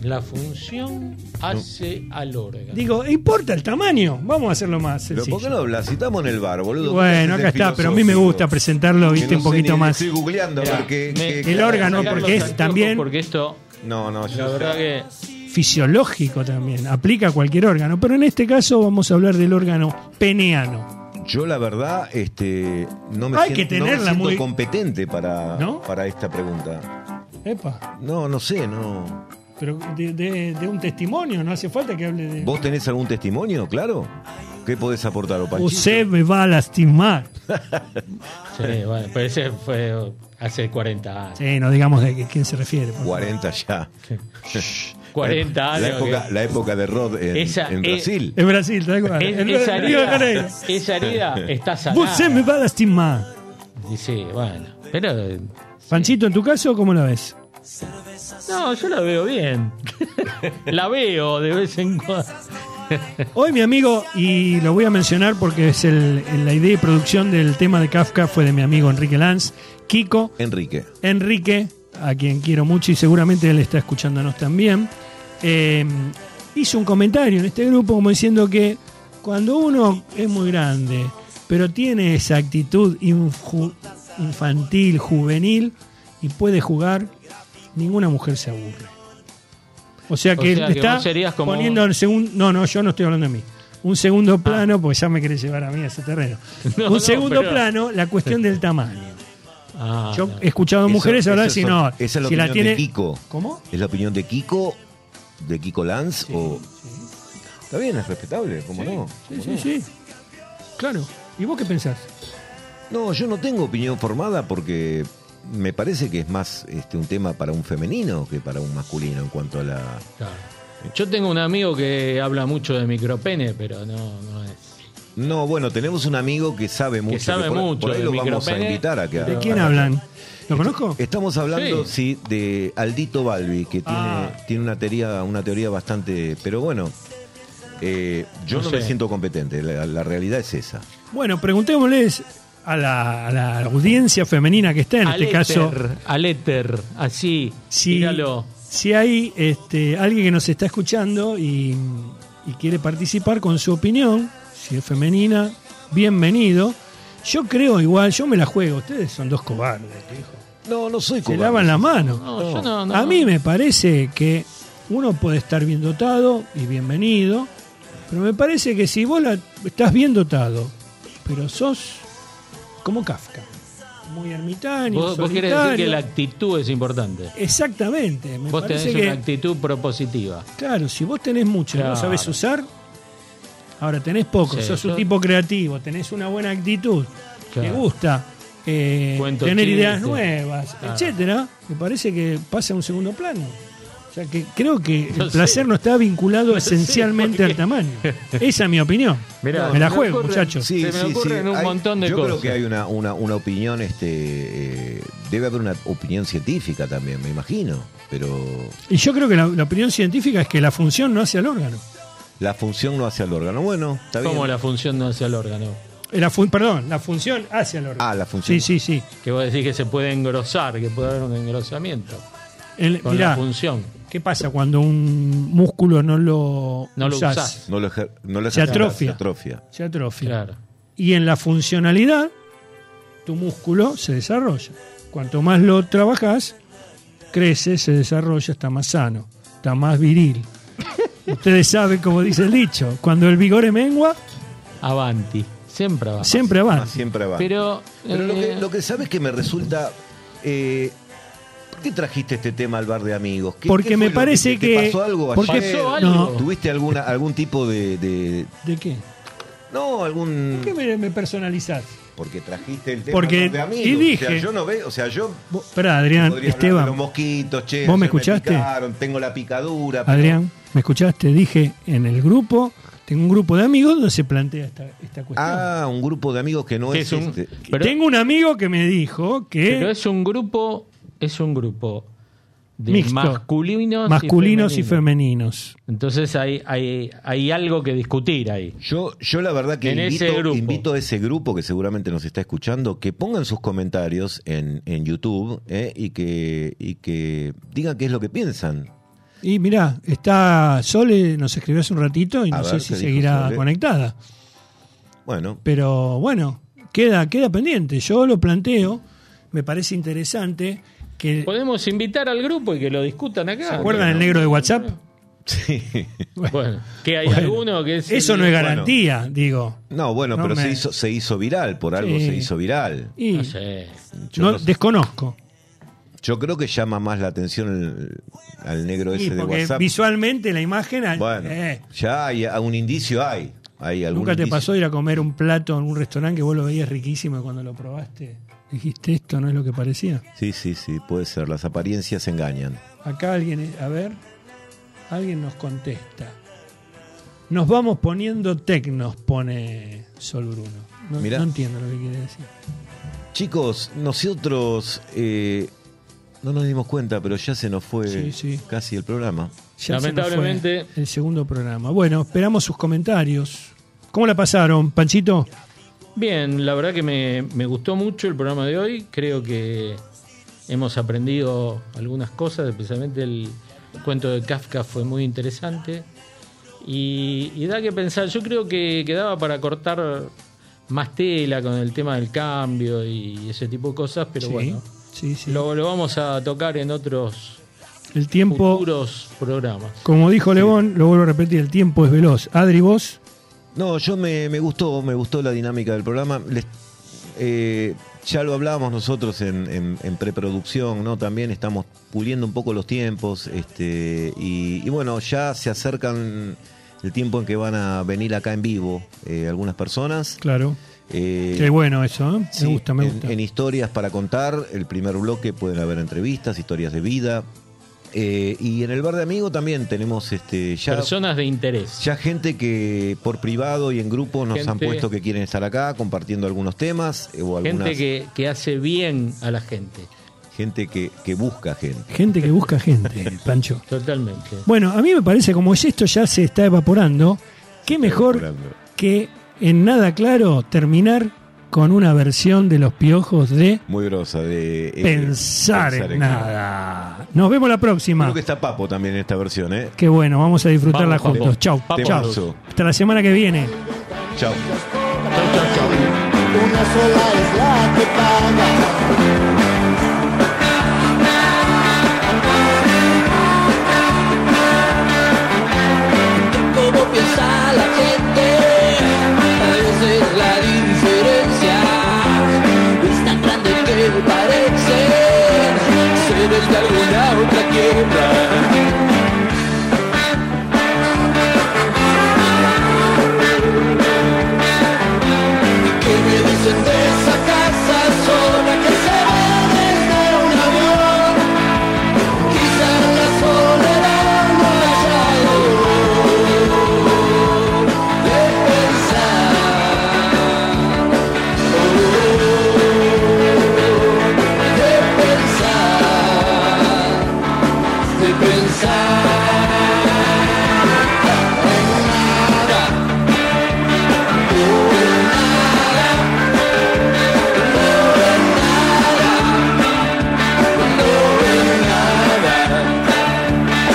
Speaker 4: La función hace al órgano.
Speaker 2: Digo, ¿importa el tamaño? Vamos a hacerlo más
Speaker 3: Pero
Speaker 2: sencillo.
Speaker 3: ¿por qué no hablas? Si estamos en el bar, boludo.
Speaker 2: Bueno, acá está, pero a mí me gusta presentarlo, viste, un poquito más.
Speaker 3: Estoy googleando a
Speaker 4: Mirá,
Speaker 3: ver qué.
Speaker 4: me-
Speaker 3: qué-
Speaker 4: me
Speaker 3: qué-
Speaker 2: el
Speaker 4: saco
Speaker 2: órgano,
Speaker 4: los
Speaker 2: porque es
Speaker 4: anteojos
Speaker 2: también-
Speaker 4: Porque esto,
Speaker 3: No, no, yo
Speaker 4: la
Speaker 3: no sé.
Speaker 4: verdad que.
Speaker 2: Fisiológico también, aplica a cualquier órgano, pero en este caso vamos a hablar del órgano peneano.
Speaker 3: Yo la verdad, este, no me
Speaker 2: Hay
Speaker 3: siento,
Speaker 2: que
Speaker 3: no me
Speaker 2: tenerla
Speaker 3: siento
Speaker 2: muy-
Speaker 3: competente para,
Speaker 2: ¿No?
Speaker 3: para esta pregunta.
Speaker 2: Epa,
Speaker 3: No, no sé, no.
Speaker 2: pero de, de- de un testimonio, no hace falta que hable de...
Speaker 3: ¿Vos tenés algún testimonio, claro? ¿Qué podés aportar, o Panchito?
Speaker 2: Usted me va a lastimar.
Speaker 4: Sí, bueno, pero ese fue hace 40 años.
Speaker 2: Sí, no digamos de quién se refiere. por favor.
Speaker 3: 40 ya.
Speaker 4: 40
Speaker 3: La
Speaker 4: años.
Speaker 3: época, la época de Rod en,
Speaker 4: Esa
Speaker 3: en
Speaker 4: es-
Speaker 3: Brasil.
Speaker 2: En Brasil, tal cual.
Speaker 4: que-
Speaker 2: En
Speaker 4: esa,
Speaker 2: Río de
Speaker 4: herida,
Speaker 2: Janeiro.
Speaker 4: esa herida está sanada.
Speaker 2: Usted me va a lastimar.
Speaker 4: Y Sí, bueno. Pero. eh,
Speaker 2: Panchito, ¿en tu caso cómo la ves?
Speaker 4: No, yo la veo bien. [LAUGHS] la veo de vez en cuando.
Speaker 2: Hoy mi amigo, y lo voy a mencionar porque es el- el- la idea y producción del tema de Kafka fue de mi amigo Enrique Lanz, Kiko,
Speaker 3: Enrique.
Speaker 2: Enrique, a quien quiero mucho y seguramente él está escuchándonos también, eh, hizo un comentario en este grupo como diciendo que cuando uno es muy grande, pero tiene esa actitud inju- infantil, juvenil, y puede jugar, ninguna mujer se aburre. O sea que
Speaker 4: O sea
Speaker 2: él
Speaker 4: que
Speaker 2: está
Speaker 4: vos serías como- Ah.
Speaker 2: poniendo en segundo... No, no, yo no estoy hablando de mí. Un segundo plano, porque ya me querés llevar a mí a ese terreno.
Speaker 4: [LAUGHS] No,
Speaker 2: un
Speaker 4: no,
Speaker 2: segundo
Speaker 4: pero-
Speaker 2: plano, la cuestión del tamaño.
Speaker 4: Ah,
Speaker 2: Yo
Speaker 4: no.
Speaker 2: he escuchado
Speaker 3: Eso-
Speaker 2: mujeres ahora
Speaker 3: eso
Speaker 2: si
Speaker 3: son-
Speaker 2: no.
Speaker 3: Esa es la
Speaker 2: si
Speaker 3: opinión
Speaker 2: la tiene.
Speaker 3: de Kiko.
Speaker 2: ¿Cómo?
Speaker 3: ¿Es la opinión de Kiko? ¿De Kiko Lanz? o... Está bien, es respetable, ¿cómo no?
Speaker 2: Sí,
Speaker 3: ¿Cómo
Speaker 2: sí,
Speaker 3: no?
Speaker 2: sí. Claro. ¿Y vos qué pensás?
Speaker 3: No, yo no tengo opinión formada porque me parece que es más este, un tema para un femenino que para un masculino en cuanto a la...
Speaker 4: Claro. Yo tengo un amigo que habla mucho de micropene, pero no, no es.
Speaker 3: No, bueno, tenemos un amigo que sabe mucho.
Speaker 4: sabe
Speaker 3: por,
Speaker 4: mucho
Speaker 3: por ahí
Speaker 4: de
Speaker 3: lo vamos a
Speaker 4: micropene.
Speaker 3: invitar a que...
Speaker 2: ¿De
Speaker 3: a-
Speaker 2: quién
Speaker 3: a-
Speaker 2: hablan? ¿Lo conozco?
Speaker 3: Estamos hablando, sí, de Aldito Balbi, que tiene,
Speaker 2: Ah.
Speaker 3: tiene una teoría, una teoría bastante. Pero bueno, eh, yo no,
Speaker 4: No
Speaker 3: me
Speaker 4: sé.
Speaker 3: siento competente, la, la realidad es esa.
Speaker 2: Bueno, preguntémosles a la, a la audiencia femenina que está en
Speaker 4: al
Speaker 2: este caso.
Speaker 4: éter, al éter, así,
Speaker 2: Si,
Speaker 4: tíralo.
Speaker 2: si hay este, alguien que nos está escuchando y, y quiere participar con su opinión, si es femenina, bienvenido. Yo creo igual, yo me la juego. Ustedes son dos cobardes, hijo.
Speaker 3: No, no soy
Speaker 2: Se
Speaker 3: cobarde.
Speaker 2: lavan la mano.
Speaker 4: No, yo no, no.
Speaker 2: A mí me parece que uno puede estar bien dotado y bienvenido, pero me parece que si vos la- estás bien dotado, pero sos como Kafka, muy ermitaño,
Speaker 4: Vos, vos querés decir que
Speaker 2: solitario.
Speaker 4: la actitud es importante.
Speaker 2: Exactamente, me
Speaker 4: Vos tenés
Speaker 2: parece
Speaker 4: una
Speaker 2: que
Speaker 4: actitud propositiva.
Speaker 2: claro, si vos tenés mucho y no
Speaker 4: Claro.
Speaker 2: sabés usar, ahora tenés poco,
Speaker 4: Sí,
Speaker 2: sos un
Speaker 4: yo-
Speaker 2: tipo creativo, tenés una buena actitud, te
Speaker 4: Claro.
Speaker 2: gusta eh,
Speaker 4: Cuento
Speaker 2: tener
Speaker 4: chistes.
Speaker 2: ideas nuevas,
Speaker 4: Claro.
Speaker 2: etcétera, me parece que pasa a un segundo plano. O sea que creo que
Speaker 4: No
Speaker 2: el
Speaker 4: sé.
Speaker 2: placer no está
Speaker 4: [LAUGHS]
Speaker 2: vinculado
Speaker 4: sé,
Speaker 2: esencialmente al
Speaker 4: porque-
Speaker 2: tamaño.
Speaker 4: [LAUGHS]
Speaker 2: Esa es mi opinión.
Speaker 4: Mirá,
Speaker 2: me la
Speaker 4: me
Speaker 2: juego,
Speaker 4: ocurre-
Speaker 2: muchachos.
Speaker 4: Sí. Se me ocurren un montón de
Speaker 3: yo
Speaker 4: cosas.
Speaker 3: creo que hay una, una, una opinión, este, eh, debe haber una opinión científica también, me imagino. Pero
Speaker 2: Y yo creo que la, la opinión científica es que la función no hace al órgano.
Speaker 3: la función no hace al órgano. Bueno, está
Speaker 4: Como
Speaker 3: bien.
Speaker 4: la función no hace al órgano.
Speaker 2: Eh, La fun- perdón, la función hace al órgano.
Speaker 3: Ah, la función.
Speaker 2: Sí, sí, sí.
Speaker 4: Que vos decís que se puede engrosar, que puede haber un engrosamiento
Speaker 2: El-
Speaker 4: con
Speaker 2: mirá,
Speaker 4: la función.
Speaker 2: ¿qué pasa cuando un músculo no lo,
Speaker 4: No lo
Speaker 2: usás?
Speaker 4: usás.
Speaker 3: No lo, ejer- no lo
Speaker 2: Se
Speaker 3: ejercita,
Speaker 2: atrofia.
Speaker 3: Se atrofia.
Speaker 2: Se atrofia.
Speaker 4: Claro.
Speaker 2: Y en la funcionalidad, tu músculo se desarrolla. Cuanto más lo trabajas, crece, se desarrolla, está más sano, está más
Speaker 4: [LAUGHS]
Speaker 2: viril. Ustedes saben, como dice el dicho, cuando el vigor mengua,
Speaker 4: Avanti. Siempre avanti.
Speaker 2: siempre
Speaker 3: Más
Speaker 2: avanza.
Speaker 3: Ah, siempre va.
Speaker 4: Pero,
Speaker 3: Pero lo que,
Speaker 4: eh,
Speaker 3: lo que sabes que me resulta. eh, ¿Por qué trajiste este tema al bar de amigos? ¿Qué-
Speaker 2: Porque
Speaker 3: qué
Speaker 2: me
Speaker 3: fue lo
Speaker 2: parece
Speaker 3: ¿Te
Speaker 2: que-
Speaker 3: pasó algo
Speaker 2: porque-
Speaker 3: ayer?
Speaker 4: ¿Pasó
Speaker 2: algo?
Speaker 3: ¿Tuviste alguna, algún tipo de, de-
Speaker 2: ¿De qué?
Speaker 3: No, algún.
Speaker 2: ¿Por qué me, me personalizás?
Speaker 3: Porque trajiste el tema
Speaker 2: Porque-
Speaker 3: al bar de amigos.
Speaker 2: y dije-
Speaker 3: O sea, yo no veo. O sea, yo.
Speaker 2: Vos- Espera, Adrián,
Speaker 3: podría hablar de
Speaker 2: Esteban.
Speaker 3: los mosquitos, che.
Speaker 2: ¿Vos me
Speaker 3: ayer
Speaker 2: escuchaste?
Speaker 3: picaron, tengo la picadura. pero-
Speaker 2: Adrián, ¿me escuchaste? Dije en el grupo, tengo un grupo de amigos donde se plantea esta, esta cuestión.
Speaker 3: Ah, un grupo de amigos que no
Speaker 4: que
Speaker 3: es,
Speaker 4: es un-
Speaker 3: este.
Speaker 4: pero-
Speaker 2: tengo un amigo que me dijo
Speaker 4: Pero
Speaker 2: que
Speaker 4: es un grupo, es un grupo de
Speaker 2: Mixto.
Speaker 4: masculinos,
Speaker 2: masculinos y
Speaker 4: femeninos.
Speaker 2: femeninos.
Speaker 4: Entonces hay, hay, hay algo que discutir ahí.
Speaker 3: Yo, yo la verdad que
Speaker 4: En ese
Speaker 3: invito,
Speaker 4: grupo.
Speaker 3: invito a ese grupo que seguramente nos está escuchando que pongan sus comentarios en, en YouTube ¿eh? y, que, y que digan qué es lo que piensan.
Speaker 2: Y mirá, está Sole, nos escribió hace un ratito y
Speaker 3: A
Speaker 2: no sé
Speaker 3: ver,
Speaker 2: si
Speaker 3: ¿qué dijo
Speaker 2: seguirá
Speaker 3: Sole?
Speaker 2: conectada.
Speaker 3: Bueno, [LAUGHS]
Speaker 2: Pero bueno, queda, queda pendiente. Yo lo planteo, me parece interesante que...
Speaker 4: Podemos invitar al grupo y que lo discutan acá.
Speaker 2: Eh, ¿Se acuerdan del negro de WhatsApp?
Speaker 3: sí.
Speaker 4: Bueno, que hay
Speaker 2: Bueno,
Speaker 4: alguno que es.
Speaker 2: Eso no es garantía, digo.
Speaker 3: No, bueno,
Speaker 2: No
Speaker 3: pero
Speaker 2: me-
Speaker 3: se, hizo, se hizo viral, por algo
Speaker 2: Sí.
Speaker 3: se hizo viral.
Speaker 2: Y
Speaker 4: No sé.
Speaker 3: Yo,
Speaker 2: no-
Speaker 3: no sé.
Speaker 2: desconozco.
Speaker 3: Yo creo que llama más la atención el- al negro
Speaker 2: Sí,
Speaker 3: ese de
Speaker 2: porque
Speaker 3: WhatsApp.
Speaker 2: visualmente la imagen... al-
Speaker 3: Bueno,
Speaker 2: eh,
Speaker 3: ya hay ah, un indicio, hay. hay algún
Speaker 2: ¿Nunca te
Speaker 3: indicio.
Speaker 2: pasó ir a comer un plato en un restaurante que vos lo veías riquísimo y cuando lo probaste dijiste esto no es lo que parecía?
Speaker 3: Sí, sí, sí, puede ser. Las apariencias engañan.
Speaker 2: Acá alguien, a ver, alguien nos contesta. Nos vamos poniendo tecnos, pone Sol Bruno. No,
Speaker 3: Mirá.
Speaker 2: no entiendo lo que quiere decir.
Speaker 3: Chicos, nosotros eh, no nos dimos cuenta, pero ya se nos fue
Speaker 2: Sí, sí.
Speaker 3: casi el programa.
Speaker 2: Ya se nos fue
Speaker 4: Lamentablemente-
Speaker 2: el segundo programa. Bueno, esperamos sus comentarios. ¿Cómo la pasaron, Panchito?
Speaker 4: Bien, la verdad que me, me gustó mucho el programa de hoy. Creo que hemos aprendido algunas cosas, especialmente el cuento de Kafka fue muy interesante. Y, y da que pensar, yo creo que quedaba para cortar más tela con el tema del cambio y ese tipo de cosas, pero
Speaker 2: sí,
Speaker 4: bueno,
Speaker 2: sí, sí.
Speaker 4: lo, lo vamos a tocar en otros
Speaker 2: el tiempo,
Speaker 4: futuros programas.
Speaker 2: como dijo León, lo vuelvo a repetir, el tiempo es veloz. Adri, vos,
Speaker 3: No, yo me, me gustó, me gustó la dinámica del programa. Les- eh, ya lo hablábamos nosotros en, en- en preproducción, ¿no? También estamos puliendo un poco los tiempos. Este, y, y bueno, ya se acercan el tiempo en que van a venir acá en vivo eh, algunas personas.
Speaker 2: claro.
Speaker 3: Eh,
Speaker 2: Qué bueno eso, ¿eh?
Speaker 3: Sí,
Speaker 2: me gusta, me
Speaker 3: en-
Speaker 2: gusta.
Speaker 3: En, historias para contar, el primer bloque pueden haber entrevistas, historias de vida. Eh, y en el bar de amigos también tenemos este ya,
Speaker 4: Personas de interés.
Speaker 3: ya gente que por privado y en grupo nos han
Speaker 4: Gente-
Speaker 3: puesto que quieren estar acá compartiendo algunos temas eh, o algunas
Speaker 4: Gente que, que hace bien a la gente.
Speaker 3: gente que, que busca gente.
Speaker 2: Gente que busca gente, Pancho.
Speaker 4: Totalmente.
Speaker 2: Bueno, a mí me parece, como esto ya se está evaporando, qué mejor
Speaker 3: evaporando.
Speaker 2: que en nada claro terminar con una versión de los piojos de
Speaker 3: Muy grosa de... eh,
Speaker 2: Pensar, en, nada. Nos vemos la próxima.
Speaker 3: Creo que está Papo también en esta versión, ¿eh?
Speaker 2: Qué bueno, vamos a disfrutarla
Speaker 4: Vamos,
Speaker 2: juntos.
Speaker 4: Papo.
Speaker 2: Chau,
Speaker 4: Papo.
Speaker 2: chau.
Speaker 3: Temazo.
Speaker 2: Hasta la semana que viene.
Speaker 3: Chao.
Speaker 7: Una sola es la que paga.
Speaker 8: cómo piensa la gente. A veces la diferencia es tan grande que parece ser el de alguna otra quiebra. ¿Qué me dicen de esa casa sola que se ve desde un avión? Quizá en la soledad no haya dolor de pensar, de pensar, de pensar en nada, por nada, no en nada, no en nada.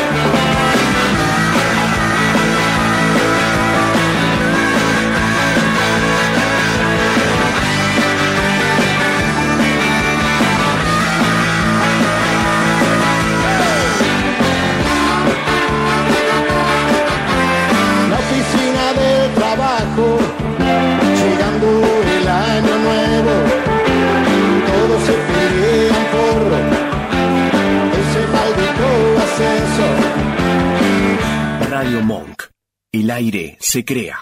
Speaker 7: la oficina del trabajo, llegando el año nuevo, todos se pelean por ese maldito ascenso.
Speaker 9: Radio Monk. El aire se crea.